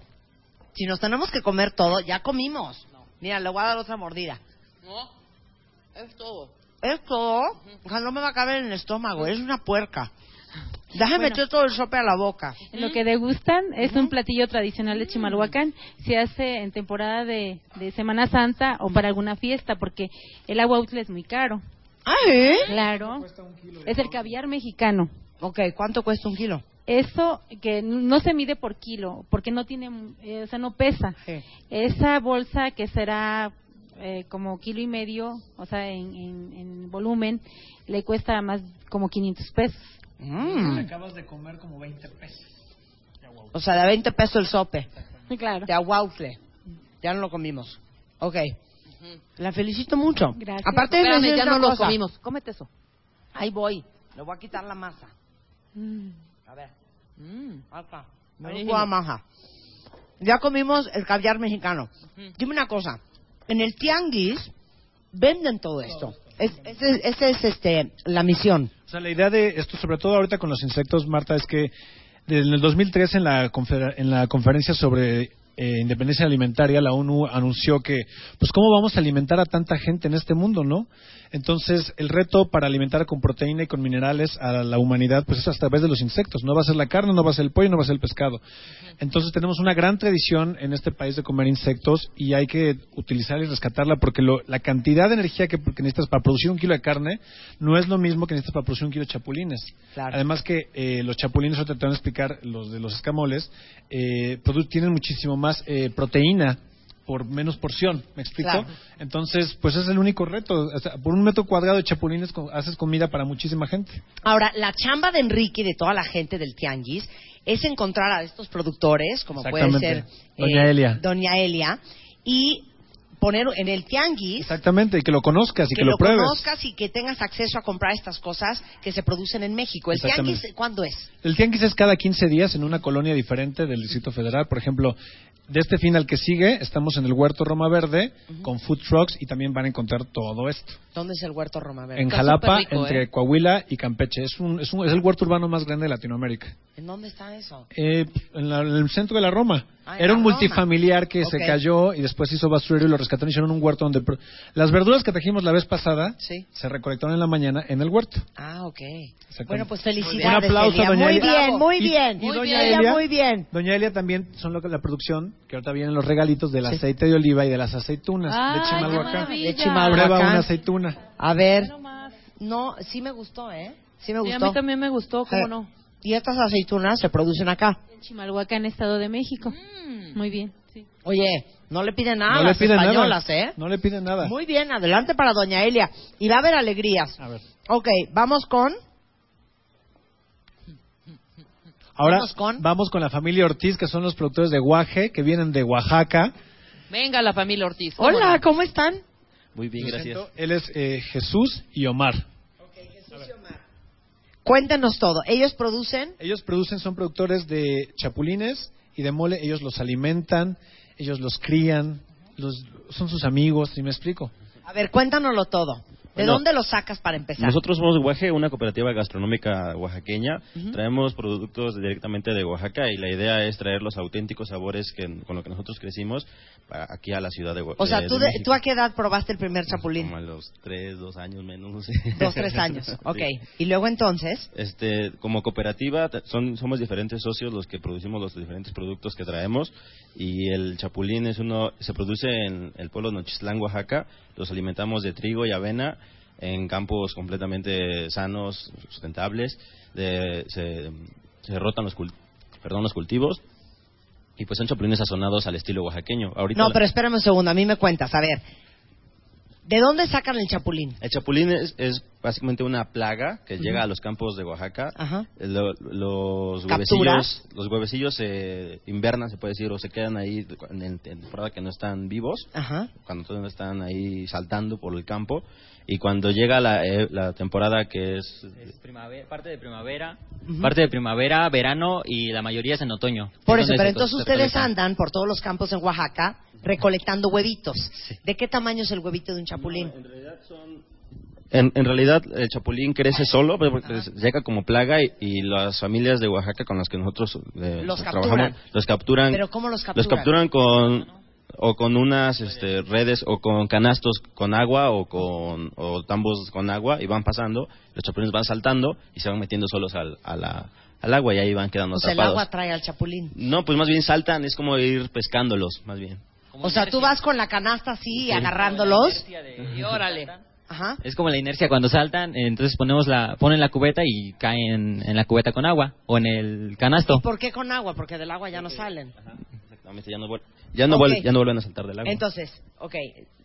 B: Si nos tenemos que comer todo, ya comimos. Mira, le voy a dar otra mordida.
C: No. Es todo.
B: Esto, hija, no me va a caber en el estómago, es una puerca. Déjame
E: Bueno.
B: meter todo el sope a la boca.
E: En Lo que degustan es un platillo tradicional de Chimalhuacán. Se hace en temporada de, de Semana Santa o para alguna fiesta porque el aguautle es muy caro.
B: Ah, ¿eh?
E: Claro. Es el caviar mexicano.
B: Ok, ¿cuánto cuesta un kilo?
E: Eso que no se mide por kilo porque no tiene, eh, o sea, no pesa.
B: Sí.
E: Esa bolsa que será eh, como kilo y medio, o sea, en, en- en volumen, le cuesta más como 500 pesos.
B: Mm.
D: Acabas de comer como 20 pesos.
B: O sea, de 20 pesos el sope.
E: Claro.
B: De aguautle. Ya no lo comimos. Ok. La felicito mucho.
E: Gracias.
B: Aparte de
C: Espérame,
B: decir
C: ya
B: otra
C: no lo
B: cosa.
C: comimos. Cómete eso.
B: Ahí voy. Le voy a quitar la masa. A ver,
C: Mm.
B: acá.
C: Buenísimo.
B: Agua maja. Ya comimos el caviar mexicano. Dime una cosa. En el tianguis venden todo esto. Es- Esa es, esa es, este, la misión.
D: O sea, la idea de esto, sobre todo ahorita con los insectos, Marta, es que en el 2003 en la, confer- en la conferencia sobre eh, independencia alimentaria, la ONU anunció que, pues, ¿cómo vamos a alimentar a tanta gente en este mundo, no? Entonces, el reto para alimentar con proteína y con minerales a la humanidad, pues, es a través de los insectos. No va a ser la carne, no va a ser el pollo, no va a ser el pescado. Entonces, tenemos una gran tradición en este país de comer insectos y hay que utilizar y rescatarla porque lo- la cantidad de energía que, que necesitas para producir un kilo de carne no es lo mismo que necesitas para producir un kilo de chapulines.
B: Claro.
D: Además que eh, los chapulines, ahorita te van a explicar, los de los escamoles, eh, produ- tienen muchísimo más eh, proteína por menos porción, ¿me explico?
B: Claro.
D: Entonces, pues es el único reto. O sea, por un metro cuadrado de chapulines co- haces comida para muchísima gente.
B: Ahora, la chamba de Enrique y de toda la gente del tianguis es encontrar a estos productores, como puede ser eh,
D: Exactamente. Doña Elia.
B: Doña Elia, y poner en el tianguis
D: Exactamente, y que lo conozcas y que, lo, pruebes.
B: conozcas y que tengas acceso a comprar estas cosas que se producen en México. ¿El
D: Exactamente.
B: tianguis cuándo es?
D: El tianguis es cada 15 días en una colonia diferente del Distrito Federal. Por ejemplo, de este fin al que sigue, estamos en el Huerto Roma Verde con food trucks y también van a encontrar todo esto.
B: ¿Dónde es el huerto Roma Verde?
D: en
C: está
D: Jalapa,
C: súper rico,
D: entre
C: ¿eh?
D: Coahuila y Campeche. Es, un, es, un- es el huerto urbano más grande de Latinoamérica.
B: ¿En dónde está eso?
D: Eh, en, la- en el centro de la Roma.
B: Ah, en
D: Era
B: la
D: un
B: Roma.
D: multifamiliar que
B: Ok.
D: se cayó y después hizo basurero y lo rescataron y hicieron un huerto donde... pro- Las verduras que trajimos la vez pasada
B: Sí.
D: se recolectaron en la mañana en el huerto.
B: Ah, ok.
D: Exactamente.
B: Bueno, pues
D: Un
B: felicidades.
D: aplauso,
B: Elia.
D: doña
B: Muy
D: Elia.
B: bien, muy
D: Y-
B: bien.
D: y
B: Muy
D: doña
B: bien,
D: Elia.
B: muy bien.
D: Doña Elia también son lo que- la producción, que ahorita vienen los regalitos de la aceite de oliva y de las aceitunas
B: Ah,
D: de
E: Ay, qué
D: Chimalhuacán.
E: maravilla.
B: De Chimalhuacán.
D: Prueba una aceituna.
B: A ver,
C: No más.
B: no, sí me gustó, ¿eh? Sí me
C: Sí, a
B: gustó.
C: mí también me gustó, ¿cómo
B: Eh,
C: no?
B: Y estas aceitunas se producen acá.
E: En Chimalhuacán, Estado de México. Muy bien. Sí.
B: Oye, no le piden nada a
D: no le
B: Ah, las
D: piden
B: españolas,
D: nada.
B: ¿eh?
D: No le piden nada.
B: Muy bien, adelante para doña Elia. Y va a haber alegrías.
D: A ver.
B: Ok, vamos con...
D: Ahora
B: Vamos con-
D: la familia Ortiz, que son los productores de guaje, que vienen de Oaxaca.
C: Venga la familia Ortiz. ¿cómo
B: Hola,
C: no?
B: ¿cómo están?
F: Muy bien, gracias.
D: Él es eh, Jesús y Omar.
B: Cuéntenos todo. Ellos producen...
D: Ellos producen, son productores de chapulines y de mole. Ellos los alimentan, ellos los crían, los, son sus amigos, si me explico.
B: A ver, cuéntanoslo todo. ¿De
F: No.
B: dónde lo sacas para empezar?
F: Nosotros somos Guaje, una cooperativa gastronómica oaxaqueña. Traemos productos directamente de Oaxaca y la idea es traer los auténticos sabores que, con lo que nosotros crecimos a- aquí a la ciudad Eh, de Oaxaca.
B: o sea, ¿tú, de- ¿tú a qué edad probaste el primer chapulín?
F: Como a los tres, dos años menos, no sé.
B: Dos, tres años.
F: Sí.
B: Ok. Y luego entonces,
F: Este, como cooperativa t- son, somos diferentes socios los que producimos los diferentes productos que traemos y el chapulín es uno se produce en el pueblo Nochistlán, Oaxaca. Los alimentamos de trigo y avena en campos completamente sanos, sustentables. De- se, se rotan los, cul- perdón, los cultivos y pues son chapulines sazonados al estilo oaxaqueño. Ahorita
B: no,
F: la-
B: pero espérame un segundo, a mí me cuentas, a ver, ¿de dónde sacan el chapulín?
F: El chapulín es, es básicamente una plaga que llega a los campos de Oaxaca.
B: Ajá.
F: Lo- los
B: Captura.
F: huevecillos, los huevecillos se invernan, se puede decir, o se quedan ahí en, en temporada que no están vivos,
B: Ajá.
F: cuando todavía no están ahí saltando por el campo. Y cuando llega la, eh, la temporada que es...
G: Es primavera, parte de primavera,
B: Ujú.
G: parte de primavera, verano y la mayoría es en otoño.
B: Por
G: Es
B: eso,
G: donde
B: pero
G: se
B: entonces
G: cose- se
B: ustedes
G: recolecta.
B: andan por todos los campos en Oaxaca recolectando huevitos. ¿De qué tamaño es el huevito de un chapulín?
F: En realidad son... En, realidad el chapulín crece solo, pero porque llega como plaga y, y las familias de Oaxaca con las que nosotros eh,
B: Los
F: trabajamos
B: capturan.
F: los capturan.
B: ¿Pero cómo los
F: Los
B: capturan?
F: capturan con o con unas este, redes o con canastos con agua o con o tambos con agua y van pasando, los chapulines van saltando y se van metiendo solos al, a la- al agua y ahí van quedando
B: O sea, el
F: atrapados.
B: agua trae al chapulín.
F: No, pues más bien saltan, es como ir pescándolos, más bien.
G: Como
B: O sea,
G: inercia.
B: tú vas con la canasta así,
G: La
B: agarrándolos.
G: inercia de-
C: Y órale.
B: Ajá.
G: Es como la inercia cuando saltan, entonces ponemos la, ponen la cubeta y caen en la cubeta con agua o en el canasto.
B: ¿Por qué con agua? Porque del agua ya no salen.
F: Exactamente, ya no, vuel- ya no,
B: Ok.
F: vuel- ya no vuelven a saltar del agua.
B: Entonces, ok,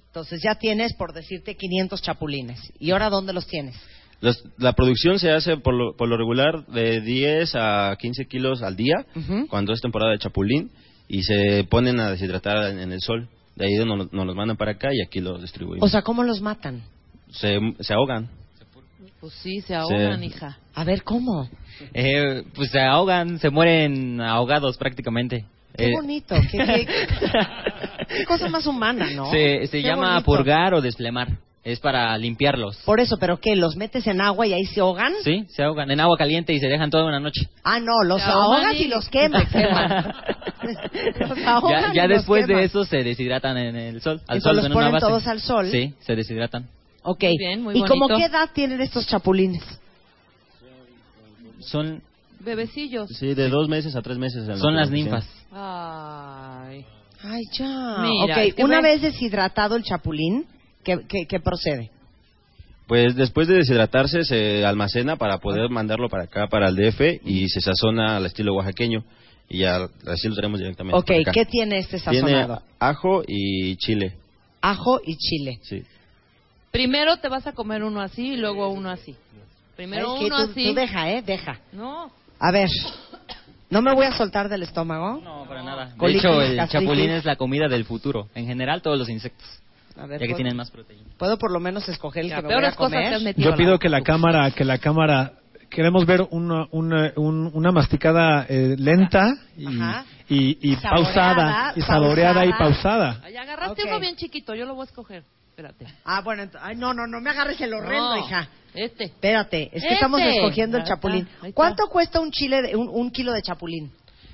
B: entonces ya tienes, por decirte, 500 chapulines. ¿Y ahora dónde los tienes?
F: Los- la producción se hace por lo, por lo regular de 10 a 15 kilos al día,
B: Ujú.
F: cuando es temporada de chapulín, y se ponen a deshidratar en, en el sol. De ahí nos, nos los mandan para acá y aquí los distribuimos.
B: O sea, ¿cómo los matan?
F: se, se ahogan.
C: Pues sí, se ahogan,
F: Sí.
C: hija.
B: A ver, ¿cómo?
G: Eh, pues se ahogan, se mueren ahogados prácticamente.
B: Qué
G: Eh,
B: bonito. Qué, qué- qué cosa más humana, ¿no?
G: Se,
B: Qué
G: se llama
B: bonito.
G: purgar o desplemar. Es para limpiarlos.
B: Por eso, ¿pero qué? ¿Los metes en agua y ahí se ahogan?
G: Sí, se ahogan en agua caliente y se dejan toda una noche.
B: Ah, no, los
C: Se ahogan
B: ahogas
C: y-
B: y los quemas. los ahogan
G: ya ya
B: y los
G: después de
B: quemas.
G: eso se deshidratan en el sol. Al
B: Entonces
G: sol,
B: los
G: en una
B: ponen
G: base.
B: todos al sol.
G: Sí, se deshidratan.
B: Ok.
C: Muy bien, muy
B: ¿Y como
C: bonito.
B: qué edad tienen estos chapulines?
G: Son,
C: Bebecillos.
F: Sí, de dos meses a tres meses. en lo
G: son
F: que
G: las
F: lo cocinan.
G: ninfas.
C: Ay.
B: Ay, ya.
C: Mira,
B: ok,
C: es que
B: una
C: ves-
B: vez deshidratado el chapulín, ¿qué, qué, qué procede?
F: Pues después de deshidratarse se almacena para
B: Ah.
F: poder mandarlo para acá, para el DF, y se sazona al estilo oaxaqueño. Y ya así lo tenemos directamente.
B: Ok,
F: para acá.
B: ¿qué tiene este
F: Tiene
B: sazonado?
F: ajo y chile.
B: Ajo y chile.
F: Sí.
C: Primero te vas a comer uno así y luego uno así. Primero
B: ¿Sabes qué?
C: uno
B: tú,
C: así.
B: tú deja, ¿eh? Deja.
C: No.
B: A ver, ¿no me voy a soltar del estómago?
G: No, para nada. De
B: Colitis,
G: hecho, el
B: gastritis.
G: chapulín es la comida del futuro. En general, todos los insectos.
B: A
G: Ya
B: ver,
G: que
B: ¿puedo,
G: tienen más proteína.
B: ¿puedo por lo menos escoger el
C: Ya,
B: que me voy a
C: peores cosas te has
B: comer?
C: metido.
D: Yo pido que la cámara, que la cámara, queremos ver una, una, un- una masticada eh, lenta y,
B: Ajá.
D: y, y
B: Saboreada,
D: pausada, y saboreada y pausada.
C: Ay, agarraste
B: Ok.
C: uno bien chiquito, yo lo voy a escoger. Espérate.
B: Ah, bueno, ent- ay, no, no, no me agarres el
C: No,
B: horrendo, hija.
C: Este.
B: Espérate, es que estamos
C: Ese.
B: escogiendo el
C: Ahí está,
B: chapulín.
C: ahí está.
B: ¿Cuánto cuesta un chile, de- un, un kilo de chapulín?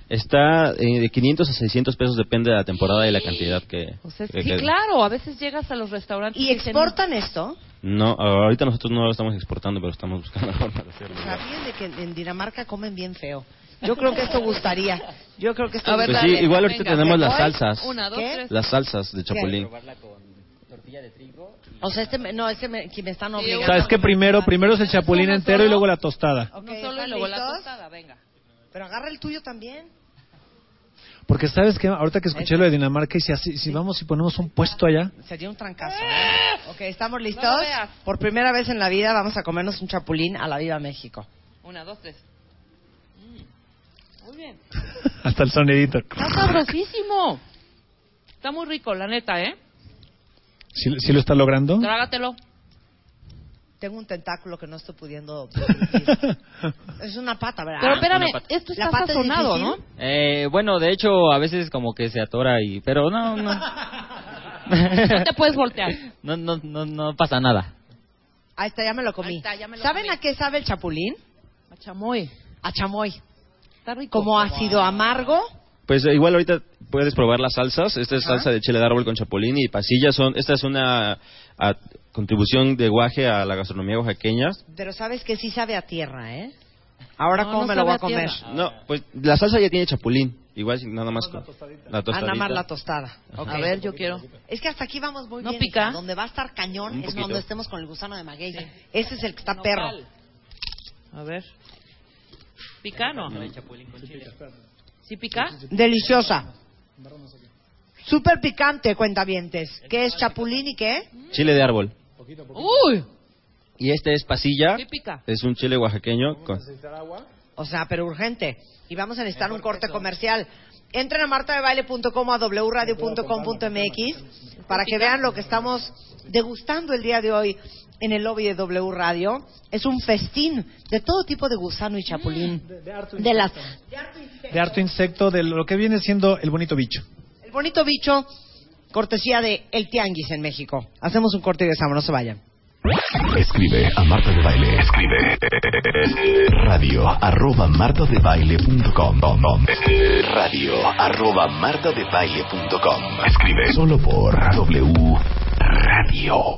F: Está eh, de 500 a 600 pesos, depende de la temporada y la cantidad que...
C: O sea,
F: que-
C: sí,
F: que-
C: claro, a veces llegas a los restaurantes
B: ¿Y
C: dicen,
B: exportan esto?
F: No, ahorita nosotros no lo estamos exportando, pero estamos buscando la forma de hacerlo.
B: ¿Sabías de que en Dinamarca comen bien feo? Yo creo que esto gustaría. Yo creo que esto
C: A ver,
F: Pues sí,
C: dale,
F: igual ahorita
C: venga.
F: tenemos las
B: Voy.
F: salsas.
C: Una, dos,
B: ¿Qué?
C: tres.
F: Las salsas de chapulín.
B: O sea, este me, no, este me, que me están obligando.
D: O sea, es que primero, primero es el chapulín
C: Uno
D: entero y
C: solo.
D: luego la tostada.
B: Ok,
C: No solo y
B: ¿están
C: luego la
B: listos?
C: tostada, venga.
B: Pero agarra el tuyo también.
D: Porque sabes que ahorita que escuché lo de Dinamarca y si, así- si vamos y ponemos un puesto allá,
B: Sería un trancazo. ¿eh? Ok, ¿estamos listos?
C: No lo veas.
B: Por primera vez en la vida vamos a comernos un chapulín a la Viva México.
C: Una, dos, tres. Mm, Muy bien.
D: hasta el sonidito.
C: Está sabrosísimo. Está muy rico, la neta, ¿eh?
D: Si lo está logrando?
C: Trágatelo.
B: Tengo un tentáculo que no estoy pudiendo... producir. es una pata, ¿verdad?
C: Pero espérame,
G: Ah, una pata.
C: esto
B: La
C: está
B: pata es
C: sazonado, ¿no?
B: difícil.
G: Eh, bueno, de hecho, a veces como que se atora y... Pero no, no.
C: No te puedes voltear.
G: No, no, no, no pasa nada.
B: Ahí está, ya me lo comí.
C: Ahí está, ya me lo
B: ¿Saben
C: comí.
B: a qué sabe el chapulín?
C: Chamoy.
B: A chamoy.
C: Está rico.
B: Como ácido amargo.
F: Pues eh, igual ahorita puedes probar las salsas. Esta es salsa de chile de árbol con chapulín y pasilla. Son, esta es una a- contribución de guaje a la gastronomía oaxaqueña.
B: Pero sabes que sí sabe a tierra, ¿eh? Ahora,
C: No,
B: ¿cómo
C: no
B: me lo
C: sabe
B: voy a
C: a
B: comer?
C: tierra.
F: No, pues la salsa ya tiene chapulín. Igual si nada más con- la
B: Ah, nada
F: tostadita.
B: más la tostada. Ok.
C: A ver, yo quiero.
B: Es que hasta aquí vamos muy
C: ¿No
B: bien.
C: pica?
B: hija. Donde va a estar
F: Un
B: cañón es
F: poquito.
B: cuando estemos con el gusano de maguey. Ese es el que está perro.
C: A ver. ¿Picano? ¿Sí pica?
B: Deliciosa. Súper picante, cuentavientes. ¿Qué es chapulín y qué?
F: Chile de árbol.
C: ¡Uy!
F: Y este es pasilla.
C: Sí pica.
F: Es un chile oaxaqueño. Con...
B: O sea, pero urgente. Y vamos a necesitar un corte comercial. Entren a martadebaile.com o a wradio.com.mx para que vean lo que estamos degustando el día de hoy en el lobby de W Radio. Es un festín de todo tipo de gusano y chapulín. Mm, De las
D: De harto insecto, de lo que viene siendo el bonito bicho.
B: El bonito bicho, cortesía de El Tianguis en México. Hacemos un corte y regresamos, no se vayan.
A: Escribe a Marta de Baile. Escribe radio arroba martadebaile.com. Radio arroba martadebaile.com. Escribe solo por W Radio.